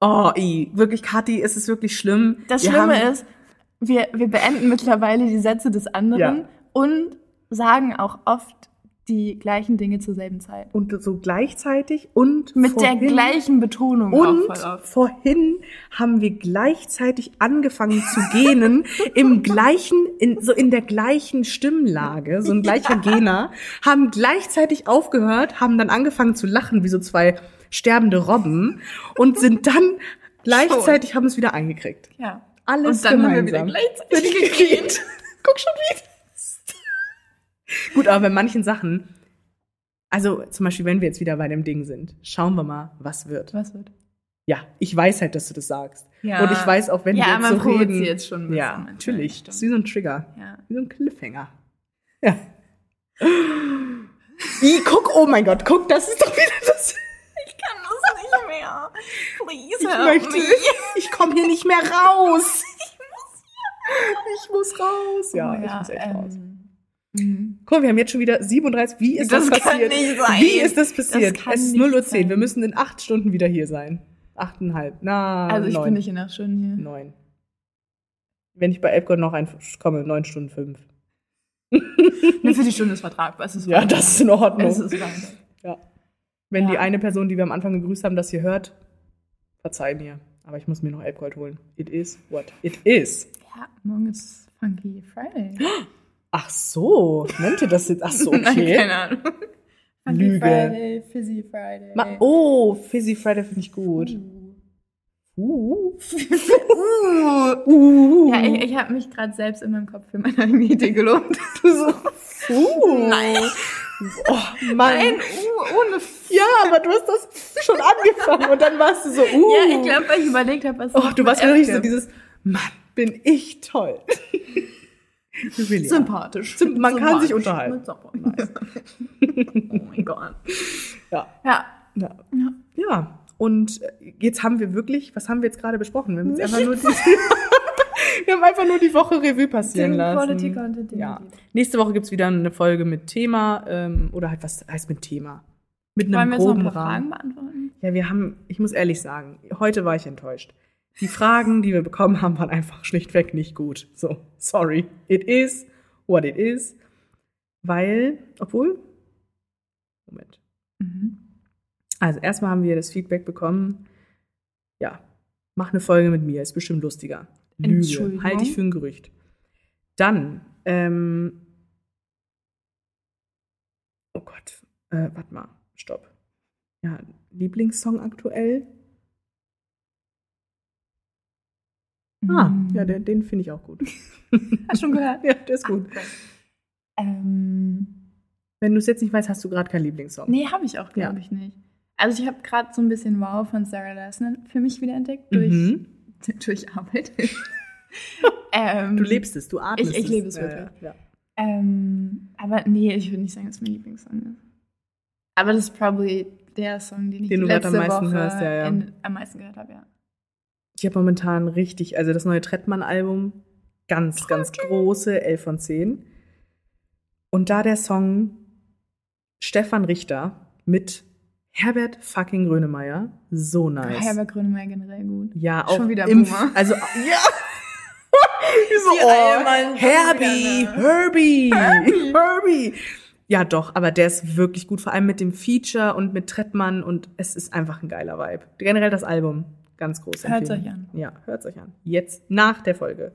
B: Oh, i, wirklich, Kathi, es ist wirklich schlimm.
A: Das
B: Wir
A: Schlimme
B: haben-
A: ist, wir, wir beenden mittlerweile die Sätze des anderen
B: Ja.
A: und sagen auch oft die gleichen Dinge zur selben Zeit.
B: Und so gleichzeitig und
A: Mit
B: vorhin-
A: der gleichen Betonung auch
B: Und
A: voll oft.
B: vorhin haben wir gleichzeitig angefangen zu
A: *laughs*
B: gähnen, im gleichen, in, so in der gleichen Stimmlage, so ein gleicher Gähner, haben gleichzeitig aufgehört, haben dann angefangen zu lachen, wie so zwei sterbende Robben, und sind dann gleichzeitig haben es wieder eingekriegt.
A: Ja.
B: Alles
A: Und dann
B: gemeinsam.
A: haben wir wieder
B: *laughs*
A: gleichzeitig gegeben.
B: Guck schon wieder. Gut, aber bei manchen Sachen, also zum Beispiel, wenn wir jetzt wieder bei dem Ding sind, schauen wir mal, was wird.
A: Was wird?
B: Ja, ich weiß halt, dass du das sagst.
A: Ja.
B: Und ich weiß auch, wenn
A: ja,
B: wir
A: man
B: jetzt so
A: provoziert
B: reden.
A: jetzt schon ein bisschen.
B: ja,
A: manchmal,
B: natürlich.
A: stimmt.
B: Das ist wie so ein Trigger.
A: Ja.
B: Wie so ein Cliffhanger. Ja.
A: *laughs*
B: I, guck, oh mein Gott, guck, das ist doch wieder das.
C: kann das nicht mehr. Please
B: Ich
C: help
B: möchte.
C: me.
B: *laughs* Ich komme hier nicht mehr
A: *laughs*
B: raus. Ich muss raus. Ja, ich muss echt raus.
A: ähm, mhm.
B: Guck, mal, wir haben jetzt schon wieder 37. Wie ist das,
C: Das kann
B: passiert?
C: nicht sein.
B: Wie ist das passiert?
A: Das kann
B: es ist
A: nicht
B: 0.10 Uhr. 10.
A: sein.
B: Wir müssen in acht Stunden wieder hier sein. Achteinhalb. Na,
A: Also ich
B: neun.
A: bin nicht in der Stunde hier.
B: Neun. Wenn ich bei Epcot noch reinkomme, neun Stunden fünf.
A: Eine Viertelstunde ist vertragbar. Es ist
B: Ja, das ist in Ordnung.
A: Es ist vertragbar.
B: Wenn die
A: ja.
B: eine Person, die wir am Anfang gegrüßt haben, das hier hört, verzeih mir. Aber ich muss mir noch Epcot holen. It is what it is.
A: Ja, morgen ist Funky Friday.
B: Ach so, nennt ihr das jetzt? Ach so, okay.
A: *laughs* Nein, keine Ahnung. Funky
B: Lüge.
A: Friday, Fizzy Friday.
B: Ma oh, Fizzy Friday finde ich gut. Uh.
A: Uh. *laughs*
B: uh.
A: Ja, ich, ich habe mich gerade selbst in meinem Kopf für meine eigene Idee gelobt.
B: *laughs* Du so.
A: *laughs*
B: Uh. Nein. Oh, Mann.
A: uh, ohne F
B: Ja, aber du hast das schon angefangen und dann warst du so, uh.
A: Ja, ich glaube, weil ich überlegt habe, was
B: Oh,
A: es
B: du
A: mit
B: warst
A: F
B: wirklich so
A: gibt.
B: dieses, Mann, bin ich toll. really
A: sympathisch.
B: Symp- man kann
A: Sympathisch.
B: sich unterhalten.
A: Mit Sommer. Nice.
B: *laughs*
A: oh mein Gott.
B: Ja.
A: Ja,
B: Ja.
A: Ja.
B: ja. Und äh, jetzt haben wir wirklich, was haben wir jetzt gerade besprochen? Wir haben jetzt einfach nur die, wir haben einfach nur die Woche Revue passieren
A: Think Quality
B: lassen.
A: Content. Think
B: Ja.
A: Quality.
B: Nächste Woche gibt's wieder eine Folge mit Thema ähm, oder halt was heißt mit Thema? Mit einem
A: Wollen wir jetzt noch ein
B: groben
A: paar Fragen
B: Rahmen.
A: beantworten?
B: Ja, wir haben, ich muss ehrlich sagen, heute war ich enttäuscht. Die Fragen, die wir bekommen haben, waren einfach schlichtweg nicht gut. So, sorry. It is what it is. Weil, obwohl. Moment.
A: Mhm.
B: Also erstmal haben wir das Feedback bekommen, ja, mach eine Folge mit mir, ist bestimmt lustiger. Lüge,
A: Entschuldigung.
B: halte ich für ein Gerücht. Dann, ähm, oh Gott, äh, warte mal, stopp. Ja, Lieblingssong aktuell? Ah,
A: Mhm.
B: ja, den, den finde ich auch
A: *laughs*
B: gut.
A: Hast du schon gehört?
B: ja, der ist gut.
A: Ähm,
B: Wenn du es jetzt nicht weißt, hast du gerade keinen Lieblingssong.
A: Nee, habe ich auch, glaube
B: Ja.
A: ich, nicht. Also ich habe gerade so ein bisschen Wow von Sarah Lassen für mich wiederentdeckt durch
B: Mhm.
A: *laughs* durch
B: *laughs*
A: Arbeit. ähm,
B: Du lebst es, du atmest
A: Ich- ich
B: es.
A: lebe es
B: Ja,
A: wirklich.
B: Ja.
A: Ähm, aber nee, ich würde nicht sagen, dass mein Lieblingssong ist. Aber das ist probably der Song, den ich
B: Den du
A: die
B: gerade
A: letzte
B: am meisten
A: Woche
B: hörst, ja, ja.
A: In, am meisten gehört habe, ja.
B: Ich habe momentan richtig, also das neue Trettmann-Album, ganz, ganz große 11 von 10. Und da der Song Stefan Richter mit Herbert fucking Grönemeyer, so nice.
A: Herbert Grönemeyer generell gut.
B: ja, auch
A: Schon wieder
B: im,
A: Boomer. *laughs*
B: Also, ja. *laughs* so,
C: Die
B: oh,
C: Allmann-
B: Herbie,
A: ne? *laughs*
B: Herbie, Herbie, Ja, doch, aber der ist wirklich gut, vor allem mit dem Feature und mit Trettmann und es ist einfach ein geiler Vibe. Generell das Album, ganz groß.
A: Hört's
B: empfehlen.
A: euch an.
B: Ja, hört's euch an. Jetzt, nach der Folge.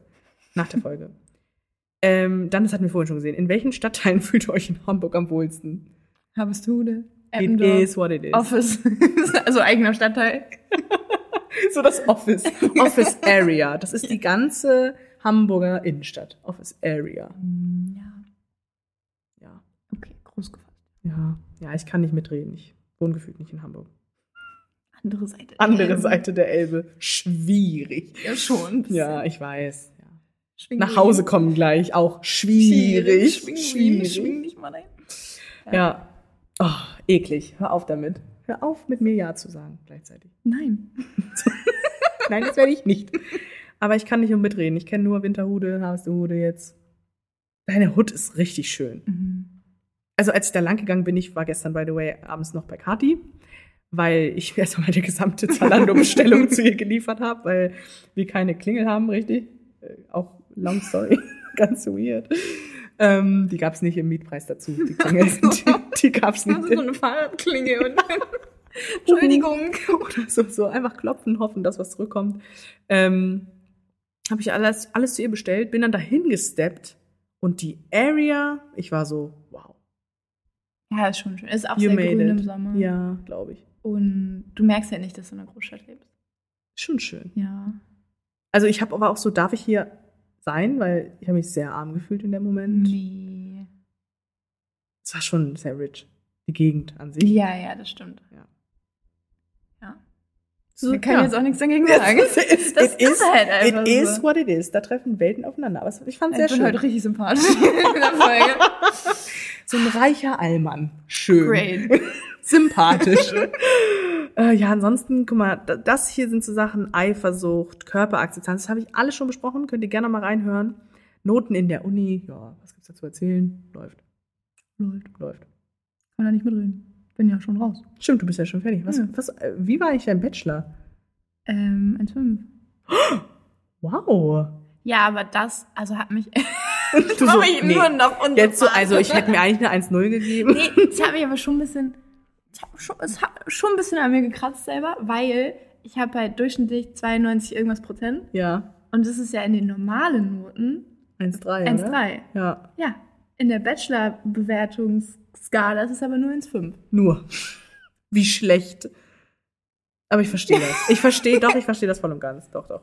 B: Nach der Folge. *laughs* ähm, dann, das hatten wir vorhin schon gesehen. In welchen Stadtteilen *laughs* fühlt ihr euch in Hamburg am wohlsten?
A: Habestude,
B: It
A: Eppendorf,
B: is what it is.
A: Office, *laughs* also eigener Stadtteil.
B: *laughs* so das
A: *laughs*
B: Office. Office Area. Das ist die ganze Hamburger Innenstadt. Office Area.
A: Hm, Ja,
B: Ja.
A: okay, groß gefasst.
B: Ja. Ja, ich kann nicht mitreden. Ich wohne gefühlt nicht in Hamburg.
A: Andere Seite.
B: Andere
A: Ähm,
B: Seite der Elbe. Schwierig.
A: Ja, schon. ein bisschen
B: Ja, ich weiß. Ja.
A: schwingelig.
B: Nach Hause kommen gleich. Auch schwierig.
A: Schwierig.
B: schwierig.
A: Schwing dich mal ein.
B: Ja. Oh, eklig. Hör auf damit. Hör auf, mit mir Ja zu sagen gleichzeitig.
A: Nein.
B: Nein, das werde ich nicht. Aber ich kann nicht um mitreden. Ich kenne nur Winterhude, Harvesterhude jetzt. Deine Hut ist richtig schön.
A: Mhm.
B: Also als ich da lang gegangen bin, ich war gestern, by the way, abends noch bei Kati, weil ich *laughs* erstmal meine gesamte Zalando-Bestellung zu ihr geliefert habe, weil wir keine Klingel haben, richtig? Äh, Auch long story, *laughs* ganz weird. Ähm, die gab's nicht im Mietpreis dazu, die Klingel. Die, die gab's nicht.
A: Das ist so *laughs* eine Fahrradklinge und *laughs* Entschuldigung.
B: so, so einfach klopfen, hoffen, dass was zurückkommt. Ähm, habe ich alles, alles zu ihr bestellt, bin dann dahin gesteppt und die Area, ich war so, wow,
A: Ja, ist schon schön. Ist auch
B: you
A: sehr grün
B: made
A: im
B: it.
A: Sommer.
B: Ja, glaube ich.
A: Und du merkst ja nicht, dass du in einer Großstadt lebst.
B: Schon schön.
A: Ja.
B: Also ich habe aber auch so, darf ich hier sein, weil ich habe mich sehr arm gefühlt in dem Moment.
A: Nee.
B: Es war schon sehr rich, die Gegend an sich.
A: Ja, ja, das stimmt.
B: So,
A: da kann
B: ja.
A: ich jetzt auch nichts dagegen sagen.
B: Es ist-
A: *laughs* Das
B: *laughs* it
A: ist
B: is,
A: halt einfach
B: It is
A: so.
B: what it is. Da treffen Welten aufeinander. Aber es- ich fand
A: ich
B: es sehr
A: bin
B: schön.
A: heute richtig sympathisch *laughs* in der *laughs* Folge.
B: So ein reicher Allmann. Schön.
A: Great.
B: sympathisch. *laughs* äh, ja, ansonsten, guck mal, da- das hier sind so Sachen Eifersucht, Körperakzeptanz, das habe ich alles schon besprochen, könnt ihr gerne mal reinhören. Noten in der Uni, ja, was gibt's da zu erzählen? Läuft,
A: Leute,
B: läuft.
A: kann da nicht mitreden. Bin ja schon raus.
B: Stimmt, du bist ja schon fertig. Was,
A: Ja.
B: was, äh, wie war ich dein Bachelor?
A: Ähm, 1,5.
B: Wow.
A: Ja, aber das, also hat mich.
B: Du so,
A: *laughs*
C: Mach mich
B: nee.
C: nur noch unser
B: Jetzt so, also ich hätte mir eigentlich eine 1-0
A: *laughs*
B: gegeben.
A: Nee, es hat mich aber schon ein bisschen. Ich hab schon, es hat schon ein bisschen an mir gekratzt selber, weil ich habe halt durchschnittlich 92 irgendwas Prozent.
B: Ja,
A: Und das ist ja in den normalen Noten
B: 1-3,
A: 1,3.
B: oder? Ja,
A: Ja, in der Bachelor-Bewertungsskala ist es aber nur 1,5.
B: nur. Wie schlecht. Aber ich verstehe das. Ich verstehe, doch, ich verstehe das voll und ganz. Doch, doch.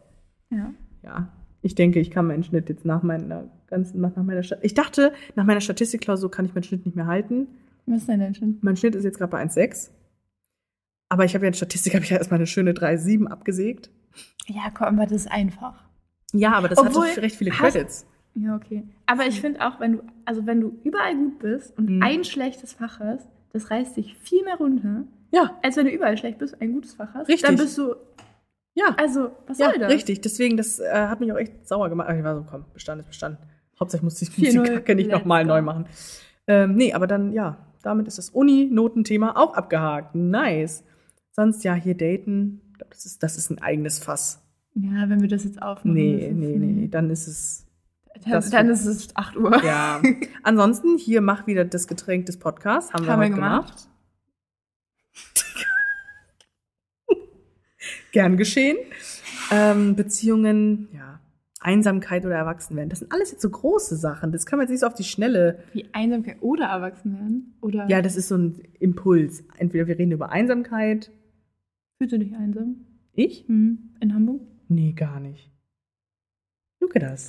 A: Ja.
B: ja, ich denke, ich kann meinen Schnitt jetzt nach meiner ganzen, nach meiner Statistik. Ich dachte, nach meiner Statistikklausur kann ich meinen Schnitt nicht mehr halten.
A: Was ist denn denn schon?
B: Mein Schnitt ist jetzt gerade bei 1,6. Aber ich habe ja in Statistik, habe ich ja erstmal eine schöne 3,7 abgesägt.
A: Ja, komm, aber das ist einfach.
B: Ja, aber das
A: Obwohl,
B: hatte recht viele
A: hast-
B: Credits.
A: Ja, okay. Aber ich finde auch, wenn du, also wenn du überall gut bist und
B: Mhm.
A: ein schlechtes Fach hast, das reißt dich viel mehr runter,
B: Ja,
A: als wenn du überall schlecht bist und ein gutes Fach hast.
B: Richtig.
A: Dann bist du,
B: ja.
A: also, was
B: ja,
A: soll das?
B: richtig. Deswegen, das äh, hat mich auch echt sauer gemacht. Aber ich war so, komm, Bestand ist Bestand. Hauptsächlich muss ich muss die
A: 4-0,
B: Kacke nicht
A: let's
B: nochmal
A: go.
B: neu machen. Ähm, nee, aber dann, ja, damit ist das Uni-Notenthema auch abgehakt. Nice. Sonst, ja, hier daten. Ich glaub, Das ist, das ist ein eigenes Fass.
A: Ja, wenn wir das jetzt
B: Nee,
A: aufnehmen.
B: nee, nee, nee, dann ist es.
A: Dann,
B: Das-
A: dann ist es 8 Uhr.
B: Ja. *laughs* Ansonsten, hier mach wieder das Getränk des Podcasts. Haben wir, heute gemacht. *laughs* Gern geschehen. Ähm, Beziehungen, ja. Einsamkeit oder Erwachsenwerden. Das sind alles jetzt so große Sachen. Das kann man jetzt nicht so auf die Schnelle.
A: *laughs* Wie Einsamkeit oder erwachsen werden. Oder
B: Ja, das ist so ein Impuls. Entweder wir reden über Einsamkeit.
A: fühlst du dich einsam?
B: Ich?
A: Hm. In Hamburg?
B: Nee, gar nicht. Look at us.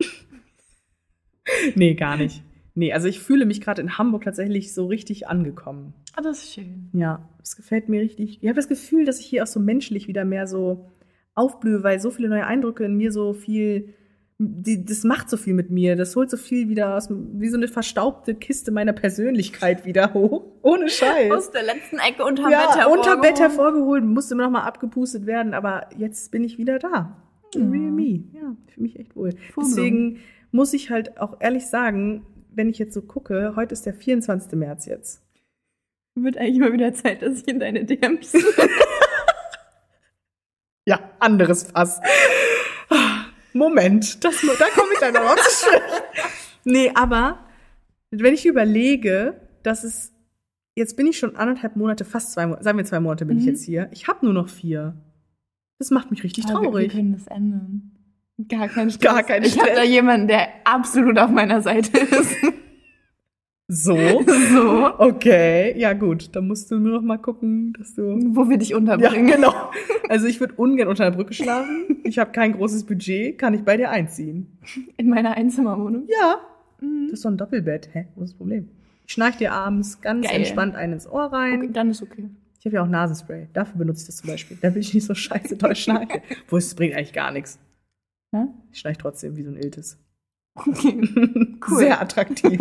B: *laughs* nee, gar nicht. Nee, also ich fühle mich gerade in Hamburg tatsächlich so richtig angekommen.
A: Ah, das ist schön.
B: Ja, es gefällt mir richtig. Ich habe das Gefühl, dass ich hier auch so menschlich wieder mehr so aufblühe, weil so viele neue Eindrücke in mir so viel, die, das macht so viel mit mir, das holt so viel wieder aus, wie so eine verstaubte Kiste meiner Persönlichkeit wieder hoch. Ohne Scheiß.
C: Aus der letzten Ecke unterm
B: ja,
C: Bett
B: unter
C: hervorgehoben.
B: Bett hervorgeholt, musste immer noch mal abgepustet werden, aber jetzt bin ich wieder da. In Real me. Ja, ich fühle mich echt wohl.
A: Vogelung.
B: Deswegen muss ich halt auch ehrlich sagen, wenn ich jetzt so gucke, heute ist der 24. März jetzt.
A: Wird eigentlich mal wieder Zeit, dass ich in
B: *laughs*
A: deine DMs.
B: Ja, anderes Fass. Moment, das, da komme ich dann noch zu sprechen. Nee, aber wenn ich überlege, dass es jetzt bin ich schon anderthalb Monate, fast zwei, Mo- sagen wir zwei Monate bin ich
A: Mhm.
B: jetzt hier. Ich habe nur noch vier. Das macht mich richtig
A: Wir, wir
B: traurig.
A: können das ändern. Gar kein Stress.
B: Gar kein
A: Ich habe
B: Stress.
A: da jemanden, der absolut auf
B: *laughs*
A: meiner Seite ist.
B: So,
A: *laughs* So,
B: okay, ja gut, dann musst du nur noch mal gucken, dass du
A: wo wir dich
B: ja,
A: unterbringen.
B: genau. Also ich würde ungern unter der Brücke schlafen. Ich habe kein großes Budget, kann ich bei dir einziehen?
A: In meiner Einzimmerwohnung.
B: Ja,
A: Mhm.
B: Das ist so ein Doppelbett. Hä? Wo ist das Problem? Ich schnarch dir abends ganz
A: Geil.
B: entspannt einen ins Ohr rein.
A: Okay, dann ist okay.
B: Ich habe ja auch Nasenspray. Dafür benutze ich das zum Beispiel. Da bin ich nicht so scheiße doll
A: *laughs*
B: schnarche. Wo es bringt eigentlich gar nichts.
A: Ja?
B: Ich schnarch trotzdem wie so ein Iltis.
A: Ne? Okay.
B: *laughs*
A: Cool.
B: Sehr attraktiv.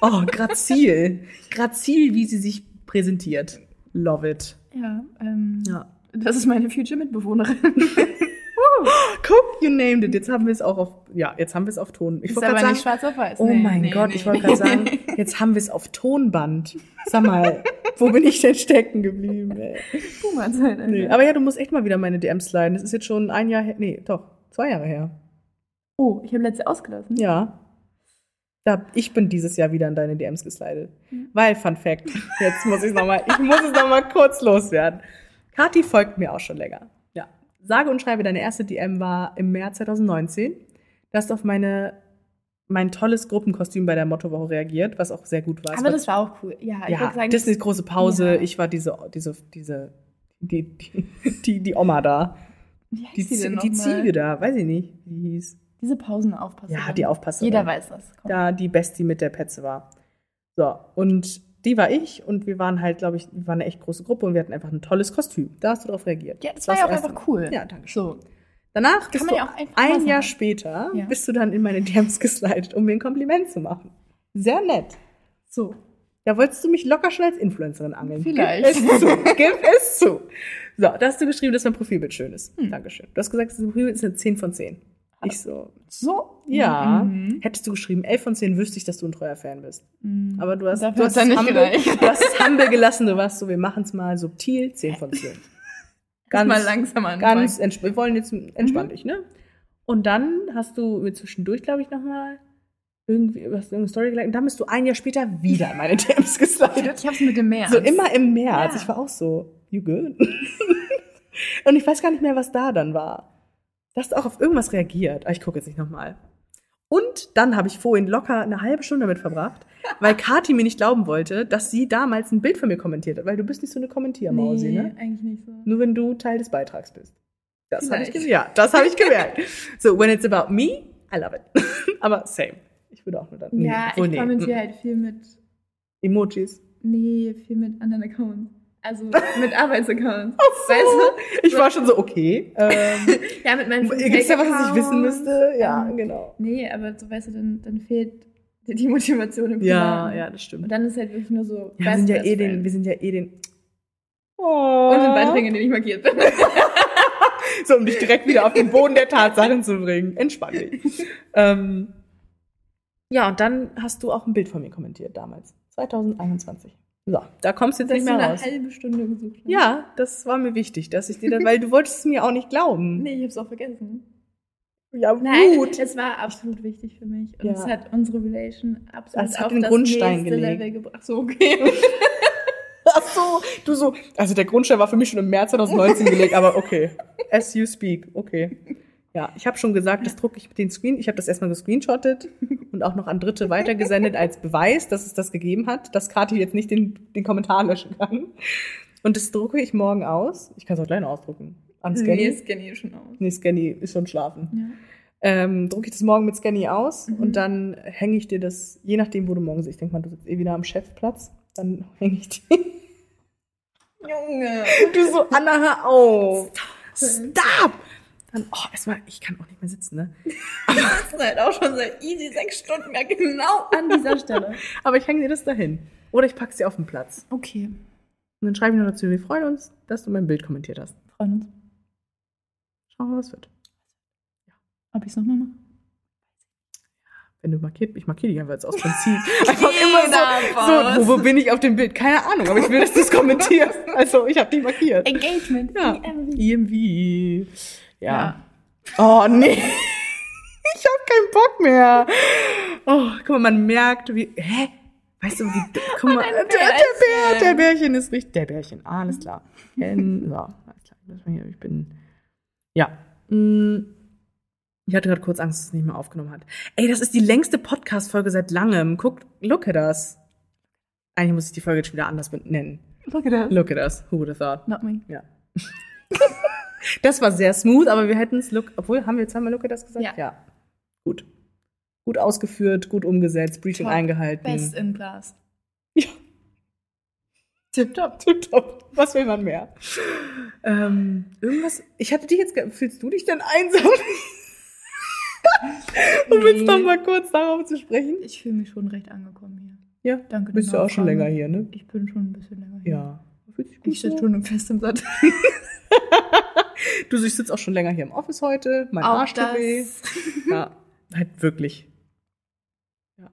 B: oh, grazil. Grazil, wie sie sich präsentiert. Love it.
A: Ja, ähm,
B: Ja.
A: das ist meine Future-Mitbewohnerin.
B: Guck, you named it. Jetzt haben wir es auch auf, ja, jetzt haben wir es auf Ton. Ich
A: ist
B: wollte
A: aber
B: gerade sagen,
A: nicht schwarz auf weiß.
B: Oh
A: Nee,
B: mein
A: nee,
B: Gott,
A: nee,
B: ich wollte gerade
A: *laughs* nee.
B: sagen, jetzt haben wir es auf Tonband. Sag mal, wo bin ich denn stecken geblieben? Ey?
A: Puma sein, Alter.
B: Nee. Aber ja, du musst echt mal wieder meine DMs leiden. Das ist jetzt schon ein Jahr her. Nee, doch, zwei Jahre her.
A: Oh, ich habe letzte ausgelassen.
B: Ja. Da, ich bin dieses Jahr wieder in deine DMs geslidet.
A: Hm.
B: Weil, Fun Fact, jetzt muss ich nochmal, ich muss es nochmal kurz loswerden. Kathi folgt mir auch schon länger. Ja. Sage und schreibe, deine erste DM war im März 2019. Du hast auf meine, mein tolles Gruppenkostüm bei der Mottowoche reagiert, was auch sehr gut war. Es
A: Aber
B: war
A: das war auch cool. Ja, ich
B: ja,
A: würde sagen,
B: Disney große Pause.
A: Ja.
B: Ich war diese, diese, diese, die, die, die, die Oma da.
A: wie heißt
B: Die,
A: die, denn
B: Z-
A: noch
B: die
A: mal?
B: Ziege da, weiß ich nicht, wie die hieß.
A: Diese Pausenaufpasserin.
B: Ja, die Aufpasserin.
A: Jeder weiß das. Komm.
B: Da die Bestie mit der Petze war. So, und die war ich und wir waren halt, glaube ich, wir waren eine echt große Gruppe und wir hatten einfach ein tolles Kostüm. Da hast du drauf reagiert.
A: Ja, das war ja auch
B: erste
A: einfach cool.
B: Mal. Ja, danke schön.
A: So,
B: Danach bist
A: man
B: du
A: ja auch einfach mal
B: ein
A: sagen.
B: Jahr später
A: Ja.
B: bist du dann in meine DMs geslidet, um mir ein Kompliment zu machen. Sehr nett.
A: so.
B: Da wolltest du mich locker schon als Influencerin angeln.
A: Vielleicht.
B: Gib es zu.
A: *laughs*
B: Gib es zu. So, da hast du geschrieben, dass mein Profilbild schön ist.
A: Hm. Ah.
B: Dankeschön. Du hast gesagt, das Profilbild ist eine 10 von 10. Ich so,
A: So?
B: ja.
A: Mhm.
B: Hättest du geschrieben 11 von 10, wüsste ich, dass du ein treuer Fan bist.
A: Mhm.
B: Aber du hast,
A: Dafür
B: du hast,
A: hat's dann
B: es
A: nicht
B: humble,
A: gereicht.
B: du hast es humble gelassen. Du warst so, wir machen es mal subtil, 10
A: *laughs*
B: von 10.
A: Ganz, mal langsam anfangen.
B: ganz entspannt. Wir wollen jetzt entspann dich, ne? Und dann hast du mir zwischendurch, glaube ich, nochmal irgendwie, hast du irgendeine Story geliked. Und dann bist du ein Jahr später wieder in meine DMs *laughs*
A: Ich
B: geslidet.
A: hab's mit dem März.
B: So immer im März.
A: Ja.
B: Ich war auch so, you good? *laughs* und ich weiß gar nicht mehr, was da dann war. Da hast du auch auf irgendwas reagiert. Aber ich gucke jetzt nicht nochmal. Und dann habe ich vorhin locker eine halbe Stunde damit verbracht,
A: *laughs*
B: weil Kati mir nicht glauben wollte, dass sie damals ein Bild von mir kommentiert hat, weil du bist nicht so eine Kommentiermausi,
A: nee,
B: ne?
A: eigentlich nicht so.
B: Nur wenn du Teil des Beitrags bist. Das habe ich
A: Vielleicht.
B: gemerkt. Ja, das habe ich
A: *laughs*
B: gemerkt. So, when it's about me, I love it. *laughs* Aber same. Ich würde auch nur dann.
A: Ja,
B: wohl
A: ich kommentiere
B: Mm.
A: halt viel mit,
B: Emojis.
A: nee, viel mit anderen Accounts. *laughs* Also mit Arbeitsaccounts.
B: Weißt du? Ich war schon so,
A: *laughs*
B: okay. Ähm,
A: du? Ja, mit meinen
B: Gibt's da was, was ich
A: Fake-Accounts.
B: wissen müsste? Ja,
A: Ähm,
B: genau.
A: Nee, aber so, weißt du, dann, dann fehlt dir die Motivation im Privaten.
B: das
A: genau. Und
B: stimmt.
A: dann ist halt wirklich nur so,
B: Ja, wir, sind ja eh den,
A: Friend.
B: wir sind ja eh den.
A: Und
B: Oh.
A: in Beiträgen, in denen ich
B: *laughs*
A: markiert bin.
B: So, um dich direkt wieder auf den Boden der Tatsachen zu bringen. Entspann dich. ähm, ja, und dann hast du auch ein Bild von mir kommentiert damals. 2021. So, da kommst du jetzt nicht
A: Dass du
B: mehr
A: eine
B: raus.
A: halbe Stunde gesucht. hast.
B: Ja, das war mir wichtig, dass ich dir
A: *laughs*
B: da, weil du wolltest es mir auch nicht glauben.
A: Nee, ich hab's auch vergessen.
B: Ja,
A: Nein,
B: gut.
A: es war absolut wichtig für mich. Und
B: Ja.
A: es hat unsere Relation absolut
B: Das hat
A: auf
B: den
A: das
B: Grundstein
A: nächste
B: gelegt.
A: Level gebracht. Ach So, okay.
B: *laughs* Ach so, du so. Also der Grundstein war für mich schon im März 2019 gelegt, aber okay. As you speak, okay. Ja, ich habe schon gesagt, das drucke ich mit den Screen. Ich habe das erstmal gescreenshottet und auch noch an Dritte weitergesendet als Beweis, dass es das gegeben hat, dass Kathi jetzt nicht den, den Kommentar löschen kann. Und das drucke ich morgen aus. Ich kann es auch klein ausdrucken. An *laughs* Scanny.
A: Nee,
B: Nee,
A: scanny schon aus.
B: Scanny ist schon schlafen.
A: Ja.
B: Ähm, drucke ich das morgen mit Scanny aus
A: Mhm.
B: und dann hänge ich dir das, je nachdem, wo du morgen sitzt. Ich denke mal, du sitzt eh wieder am Chefplatz. Dann hänge ich dir
A: Junge.
B: Du so, Anna, hör auf. Stop. Dann, oh, es war, ich kann auch nicht mehr sitzen, ne?
C: Das ist halt auch schon seit easy sechs Stunden, ja genau.
A: An dieser Stelle.
B: Aber ich hänge dir das dahin. Oder ich packe sie auf den Platz.
A: Okay,
B: Und dann schreibe ich nur dazu, wir freuen uns, dass du mein Bild kommentiert hast.
A: freuen uns.
B: Schauen wir, was wird.
A: Ob ich es nochmal mache?
B: Wenn du markiert, ich markiere dich einfach jetzt aus Prinzip. einfach immer so, so wo, wo bin ich auf dem Bild? Keine Ahnung, aber ich will, dass du es kommentierst. Also, ich habe dich markiert.
A: Engagement. E
B: Ja.
A: EMV.
B: EMV. Ja. Oh, nee. *laughs* Ich hab keinen Bock mehr. Oh, guck mal, man merkt, wie, hä? Weißt du, wie, guck mal, der, der Bär, der Bärchen ist richtig, der Bärchen, alles klar. Ken- So, alles klar, lass mal hier, ich bin, ja. Mm. Ich hatte gerade kurz Angst, dass es nicht mehr aufgenommen hat. Ey, das ist die längste Podcast-Folge seit langem. Guckt, look at us. Eigentlich muss ich die Folge jetzt schon wieder anders ben- nennen.
A: Look at that.
B: Look at us, who would have thought?
A: Not me.
B: Ja. *laughs* das war sehr smooth, aber wir hätten es Look, obwohl haben wir jetzt einmal Look at das gesagt?
A: Ja.
B: Gut. Gut ausgeführt, gut umgesetzt, Briefing
A: Top.
B: eingehalten.
A: Best in class.
B: Ja.
A: Tipptopp.
B: Tipptopp. *laughs* Was will man mehr? Ähm, irgendwas. Ich hatte dich jetzt. ge- Fühlst du dich denn einsam? *laughs* um jetzt
A: Nee.
B: noch mal kurz darauf zu sprechen.
A: Ich fühle mich schon recht angekommen hier.
B: Ja.
A: Danke.
B: Bist du
A: der
B: auch schon
A: Nachfrage.
B: länger hier, ne?
A: Ich bin schon ein bisschen länger hier.
B: Ja. Fühlt sich gut
A: Ich sitze
B: an.
A: schon fest im Sattel.
B: Du ich sitze auch schon länger hier im Office heute. Mein Arsch tut weh. Ja, halt wirklich. Ja.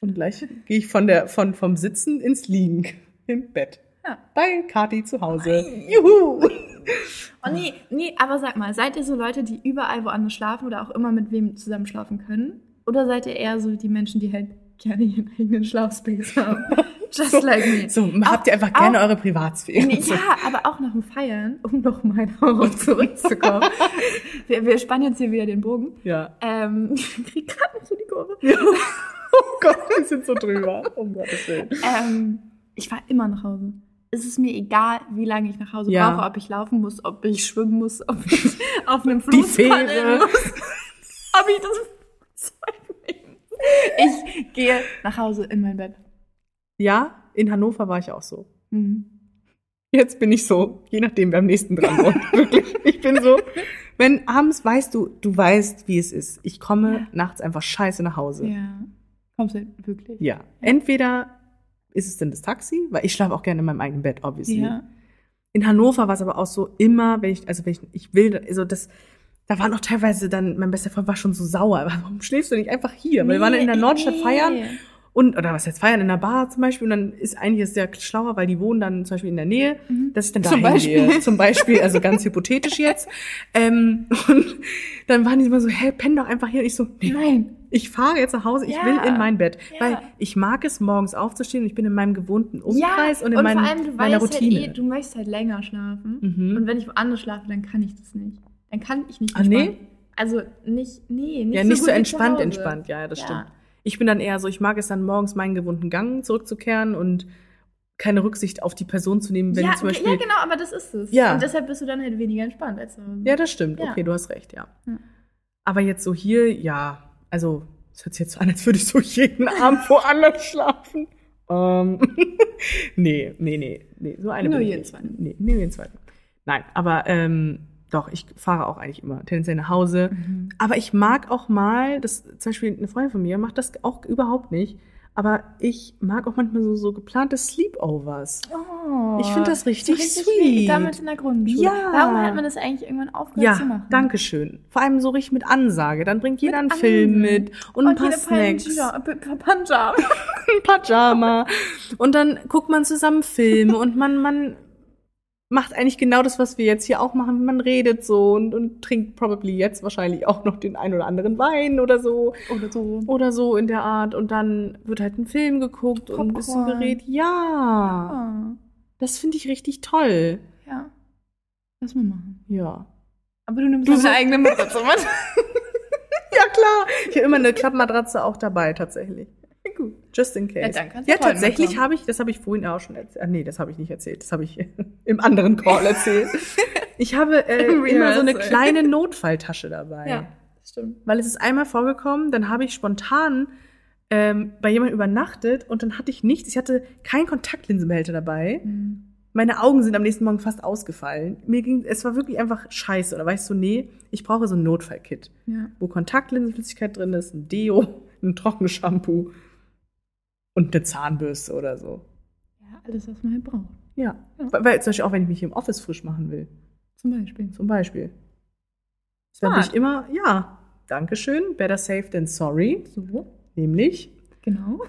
B: Und gleich gehe ich von der, von, vom Sitzen ins Liegen im Bett.
A: Ja.
B: Bei Kati zu Hause.
C: Nein.
B: Juhu!
A: Oh nee, nee, aber sag mal, seid ihr so Leute, die überall woanders schlafen oder auch immer mit wem zusammen schlafen können? Oder seid ihr eher so die Menschen, die halt gerne ihren eigenen
B: *laughs*
A: Schlafspace haben? Just
B: So-
A: like me.
B: So, habt ihr einfach gerne eure Privatsphäre.
A: Nee,
B: So.
A: Ja, aber auch nach dem Feiern, um nochmal *laughs* darauf
B: *laughs*
A: zurückzukommen. wir, wir spannen jetzt hier wieder den Bogen.
B: ja.
A: Ähm, *laughs* ich krieg gerade nicht so die Kurve.
B: Oh Gott, wir sind so drüber. Um Gottes Willen.
A: Ähm, ich war immer nach Hause. Es ist mir egal, wie lange ich nach Hause
B: Ja.
A: brauche, ob ich laufen muss, ob ich schwimmen muss, ob
B: *laughs*
A: ich auf einem
B: Die
A: Fluss paddeln
B: Fähre.
A: muss, ob ich das *laughs* Zeug nehmen muss. Ich gehe nach Hause in mein Bett.
B: Ja, in Hannover war ich auch so.
A: Mhm.
B: Jetzt bin ich so, je nachdem, wer am nächsten dran
A: *laughs*
B: wohnt. Wirklich. Ich bin so, wenn abends weißt du, du weißt, wie es ist. Ich komme
A: Ja.
B: nachts einfach scheiße nach Hause.
A: Ja. Kommst du wirklich?
B: Ja, entweder ist es denn das Taxi, weil ich schlafe auch gerne in meinem eigenen Bett, obviously.
A: Ja.
B: In Hannover war es aber auch so immer, wenn ich, also wenn ich, ich will, also das, da waren auch teilweise dann, mein bester Freund war schon so sauer, aber warum schläfst du nicht einfach hier? Weil wir waren in der Nordstadt feiern und, oder was jetzt feiern, in der Bar zum Beispiel und dann ist eigentlich das sehr schlauer, weil die wohnen dann zum Beispiel in der Nähe,
A: Mhm.
B: dass ich dann da
A: Zum
B: hingehe. *laughs*
A: Beispiel.
B: Zum Beispiel, also ganz hypothetisch jetzt. Ähm, *laughs* und dann waren die immer so, hä, penn doch einfach hier. Und ich so, nee,
A: Nein.
B: ich fahre jetzt nach Hause, ich
A: Ja.
B: will in mein Bett.
A: Ja.
B: Weil ich mag es, morgens aufzustehen und ich bin in meinem gewohnten Umkreis
A: ja,
B: und in
A: und
B: meinen,
A: vor allem, du
B: meiner
A: weißt
B: Routine.
A: halt eh, du möchtest halt länger schlafen.
B: Mhm.
A: Und wenn ich woanders schlafe, dann kann ich das nicht. Dann kann ich nicht
B: Ah, nee?
A: entspannen. Also nicht, nee, nicht
B: ja, nicht so,
A: so gut wie zu
B: entspannt,
A: Hause.
B: entspannt, ja, ja, das
A: Ja.
B: stimmt. Ich bin dann eher so, ich mag es dann morgens meinen gewohnten Gang zurückzukehren und keine Rücksicht auf die Person zu nehmen, wenn
A: ja,
B: zum
A: ge-
B: Beispiel.
A: ja, genau, aber das ist es.
B: Ja.
A: Und deshalb bist du dann halt weniger entspannt als zu Hause.
B: Ja, das stimmt.
A: Ja. Hm.
B: Okay, du hast recht, ja.
A: Ja.
B: Aber jetzt so hier, ja, also es hört sich jetzt so an, als würde ich so jeden Abend
A: *laughs*
B: woanders schlafen. Ähm, *laughs* nee, nee, nee, nee, so eine
A: Nur
B: bin ich
A: jeden
B: nicht.
A: zweiten.
B: Nee, nee, jeden zweiten. Nein, aber ähm, doch, ich fahre auch eigentlich immer tendenziell nach Hause.
A: Mhm.
B: Aber ich mag auch mal, das zum Beispiel eine Freundin von mir macht das auch überhaupt nicht. Aber ich mag auch manchmal so, so geplante Sleepovers.
A: Oh,
B: Ich finde das
A: so
B: richtig,
A: wie
B: sweet.
A: Damals in der Grundschule.
B: Ja.
A: Warum hat man das eigentlich irgendwann aufgehört zu
B: Ja,
A: machen?
B: danke schön. Vor allem so richtig mit Ansage. Dann bringt jeder einen
A: Mit
B: Film
A: Ansage.
B: mit und, ein
A: Und
B: paar
A: jede
B: Snacks,
A: Punjab- P- P- Punjab.
B: *laughs* ein Pyjama. und dann guckt man zusammen Filme und man, man macht eigentlich genau das, was wir jetzt hier auch machen. Man redet so und, und trinkt probably jetzt wahrscheinlich auch noch den ein oder anderen Wein oder so.
A: Oder so.
B: Oder so in der Art. Und dann wird halt ein Film geguckt und ein bisschen
A: Popcorn.
B: geredet. Ja,
A: Ah,
B: das finde ich richtig toll.
A: ja. Lass mal machen.
B: Ja.
A: Aber du nimmst
B: Du
A: deine
B: so-
A: eigene Matratze mit.
B: *laughs* Ja, klar. Ich habe immer eine Klappmatratze auch dabei, tatsächlich. Gut. Just in case.
A: Ja, dann kannst du
B: ja
A: Freunden
B: tatsächlich
A: mitkommen.
B: habe ich, das habe ich vorhin auch schon erzählt. Ah, nee, das habe ich nicht erzählt. Das habe ich *laughs* im anderen Call
A: *laughs*
B: erzählt. Ich habe äh,
A: Im
B: immer so eine
A: Rehearsal. *laughs*
B: kleine Notfalltasche dabei.
A: *laughs* Ja, das stimmt.
B: Weil es ist einmal vorgekommen, dann habe ich spontan ähm, bei jemandem übernachtet und dann hatte ich nichts. Ich hatte keinen Kontaktlinsenbehälter dabei.
A: Mhm.
B: Meine Augen sind am nächsten Morgen fast ausgefallen. Mir ging, es war wirklich einfach scheiße. Und da war ich so, nee, ich brauche so ein Notfallkit,
A: Ja.
B: wo Kontaktlinsenflüssigkeit drin ist, ein Deo, *laughs* ein Trockenshampoo und eine Zahnbürste oder so.
A: ja, alles, was man halt braucht.
B: Ja.
A: Ja.
B: Weil, weil zum Beispiel auch, wenn ich mich hier im Office frisch machen will,
A: Zum Beispiel.
B: zum Beispiel. Dann bin ich immer, ja, Dankeschön, better safe than sorry,
A: So,
B: nämlich.
A: genau.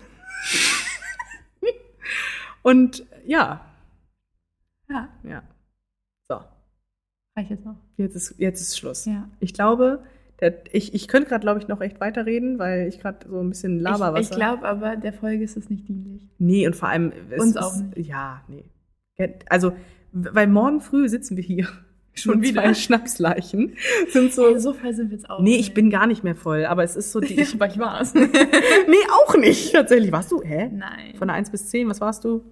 B: Und ja,
A: Ja,
B: ja. So,
A: reicht jetzt noch.
B: jetzt ist, jetzt ist Schluss.
A: Ja.
B: Ich glaube, der, ich, ich könnte gerade, glaube ich, noch echt weiterreden, weil ich gerade so ein bisschen Laberwasser.
A: Ich, ich glaube aber, der Folge ist es nicht dienlich.
B: Nee, und vor allem. Es
A: Uns
B: ist,
A: auch nicht.
B: Ja, nee. Also, weil morgen früh sitzen wir hier *laughs* schon
A: Mit
B: wieder
A: zwei-
B: zwei Schnapsleichen. Sind so.
A: Ey, so voll sind wir jetzt auch.
B: Nee, ich
A: *laughs*
B: bin gar nicht mehr voll, aber es ist so die.
A: Ich, aber
B: *laughs*
A: ich war's.
B: nee, auch nicht. Tatsächlich. Warst du? Hä?
A: Nein.
B: Von der 1 bis 10, was warst du?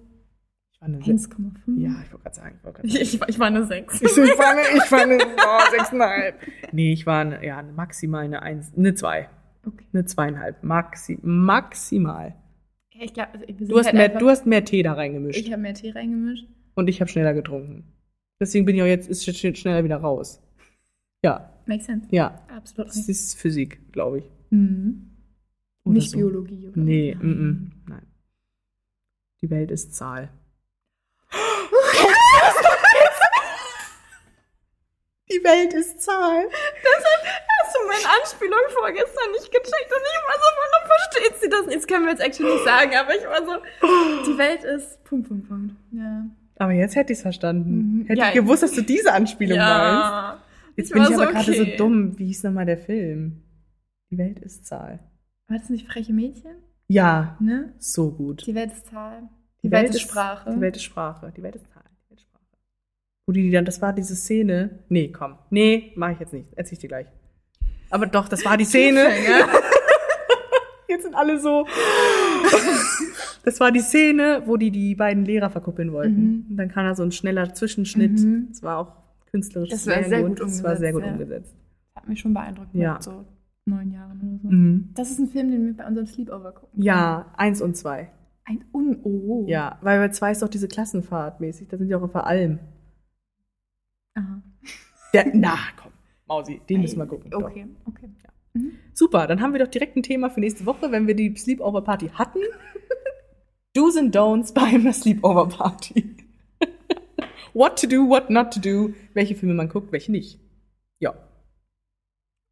B: Ich war eine 6.
A: 1,5.
B: Ja, ich wollte gerade sagen. Ich, wollte grad
A: Ich,
B: sagen.
A: *laughs* ich, ich war eine 6.
B: ich war eine, ich war eine oh, 6,5. Nee, ich war eine, ja, maximal eine 1, eine 2.
A: Okay.
B: Eine zweieinhalb. Maxi maximal.
A: Ja, ich glaube, wir sind
B: Du hast,
A: halt
B: mehr,
A: einfach-
B: du hast mehr Tee da reingemischt.
A: Ich habe mehr Tee reingemischt.
B: und ich habe schneller getrunken. Deswegen bin ich auch jetzt ist jetzt sch- schneller wieder raus. Ja,
A: Makes sense.
B: ja.
A: Absolut.
B: Das ist Physik, glaube ich.
A: Mhm.
B: Oder
A: Nicht
B: so.
A: Biologie. Oder
B: Nee,
A: so.
B: mm, mm, nein. Die Welt ist
A: *laughs*
B: Zahl. Die Welt ist Zahl.
A: Hast du meine Anspielung vorgestern nicht gecheckt und ich war so, warum versteht sie das nicht? Das können wir jetzt actually nicht sagen, aber ich war
B: Oh.
A: so, die Welt ist Punkt, Punkt, Punkt. Ja.
B: Aber jetzt hätte ich es verstanden.
A: Mhm.
B: Hätte
A: Ja,
B: ich gewusst, dass du diese Anspielung meinst. Jetzt
A: Ich
B: bin
A: war
B: ich aber
A: so,
B: gerade so
A: okay.
B: dumm. Wie hieß nochmal der Film? Die Welt ist Zahl.
A: War das nicht freche Mädchen?
B: Ja,
A: Ne?
B: so gut.
A: Die Welt ist Zahl. Die, Welt, ist Sprache.
B: Die Welt ist Sprache. Die Welt ist Zahl. Die Welt ist Sprache. Wo die die dann, das war diese Szene. Nee, komm. Nee, mache ich jetzt nicht. Erzähl ich dir gleich. Aber doch, das
A: *laughs*
B: war die Szene.
A: Ja.
B: *laughs* Jetzt sind alle so. *laughs* Das war die Szene, wo die die beiden Lehrer verkuppeln wollten.
A: Mhm.
B: Und dann kam da so ein schneller Zwischenschnitt.
A: Mhm.
B: Das war auch künstlerisch
A: Das war sehr gut
B: Das war sehr gut
A: umgesetzt,
B: umgesetzt.
A: Hat mich schon beeindruckt.
B: Ja.
A: Ja. So neun Jahren oder so.
B: Mhm.
A: Das ist ein Film, den wir bei unserem Sleepover gucken.
B: Ja, eins und zwei.
A: Ein Un. Oh.
B: Ja, weil bei zwei ist doch diese Klassenfahrt mäßig. Da sind die auch auf der Alm.
A: Aha.
B: Der, na, komm. Mausi, den müssen wir gucken. Doch.
A: Okay, okay.
B: Super, dann haben wir doch direkt ein Thema für nächste Woche, wenn wir die Sleepover Party hatten. Do's and Don'ts bei einer Sleepover Party. what to do, what not to do, welche Filme man guckt, welche nicht. Ja,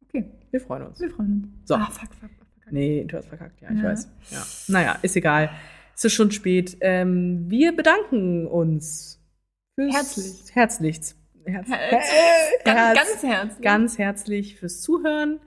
A: Okay,
B: wir freuen uns.
A: wir freuen uns.
B: So.
A: Ah, fuck, fuck, fuck. fuck.
B: Nee, du hast verkackt, ja, ich
A: Ja.
B: weiß. Ja. Naja, ist egal. Es ist schon spät. Ähm, wir bedanken uns. fürs-
A: Herzlich.
B: Herzlichst. Herz
A: Herzlich.
B: Herz-
A: Ganz, ganz herzlich.
B: ganz herzlich fürs Zuhören.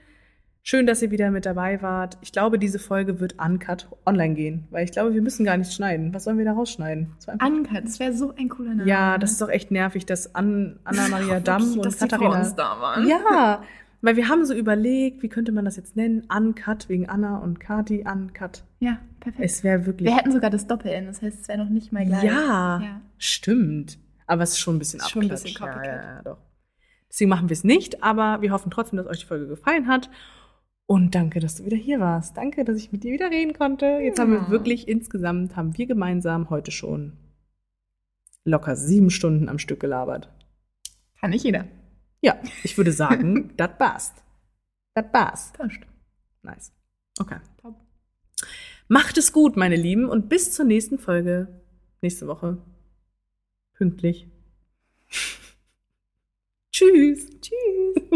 B: Schön, dass ihr wieder mit dabei wart. Ich glaube, diese Folge wird uncut online gehen, weil ich glaube, wir müssen gar nicht schneiden. Was sollen wir da rausschneiden? Das war einfach-
A: Anka, das wäre so ein cooler Name.
B: ja, das ist doch echt nervig, dass An Anna-Maria Damm und
A: dass die vor
B: Katharina...
A: uns da waren.
B: Ja, weil wir haben so überlegt, wie könnte man das jetzt nennen? Uncut wegen Anna und Kati. Uncut.
A: Ja, perfekt.
B: Es wäre wirklich...
A: wir hätten sogar das Doppel-N, das heißt, es wäre noch nicht mal gleich.
B: Ja,
A: Ja.
B: stimmt. Aber es ist schon ein bisschen
A: Ist schon ein
B: abklatsch.
A: bisschen Copycat.
B: Ja, ja, ja, doch. Deswegen machen wir es nicht, aber wir hoffen trotzdem, dass euch die Folge gefallen hat. Und danke, dass du wieder hier warst. Danke, dass ich mit dir wieder reden konnte. Jetzt haben wir
A: Ja.
B: wirklich insgesamt, haben wir gemeinsam heute schon locker sieben Stunden am Stück gelabert.
A: Kann nicht jeder.
B: Ja, ich würde
A: *laughs*
B: sagen, das passt. Das passt.
A: Passt.
B: Nice. Okay.
A: Top.
B: Macht es gut, meine Lieben, und bis zur nächsten Folge. Nächste Woche. Pünktlich. Tschüss. Tschüss.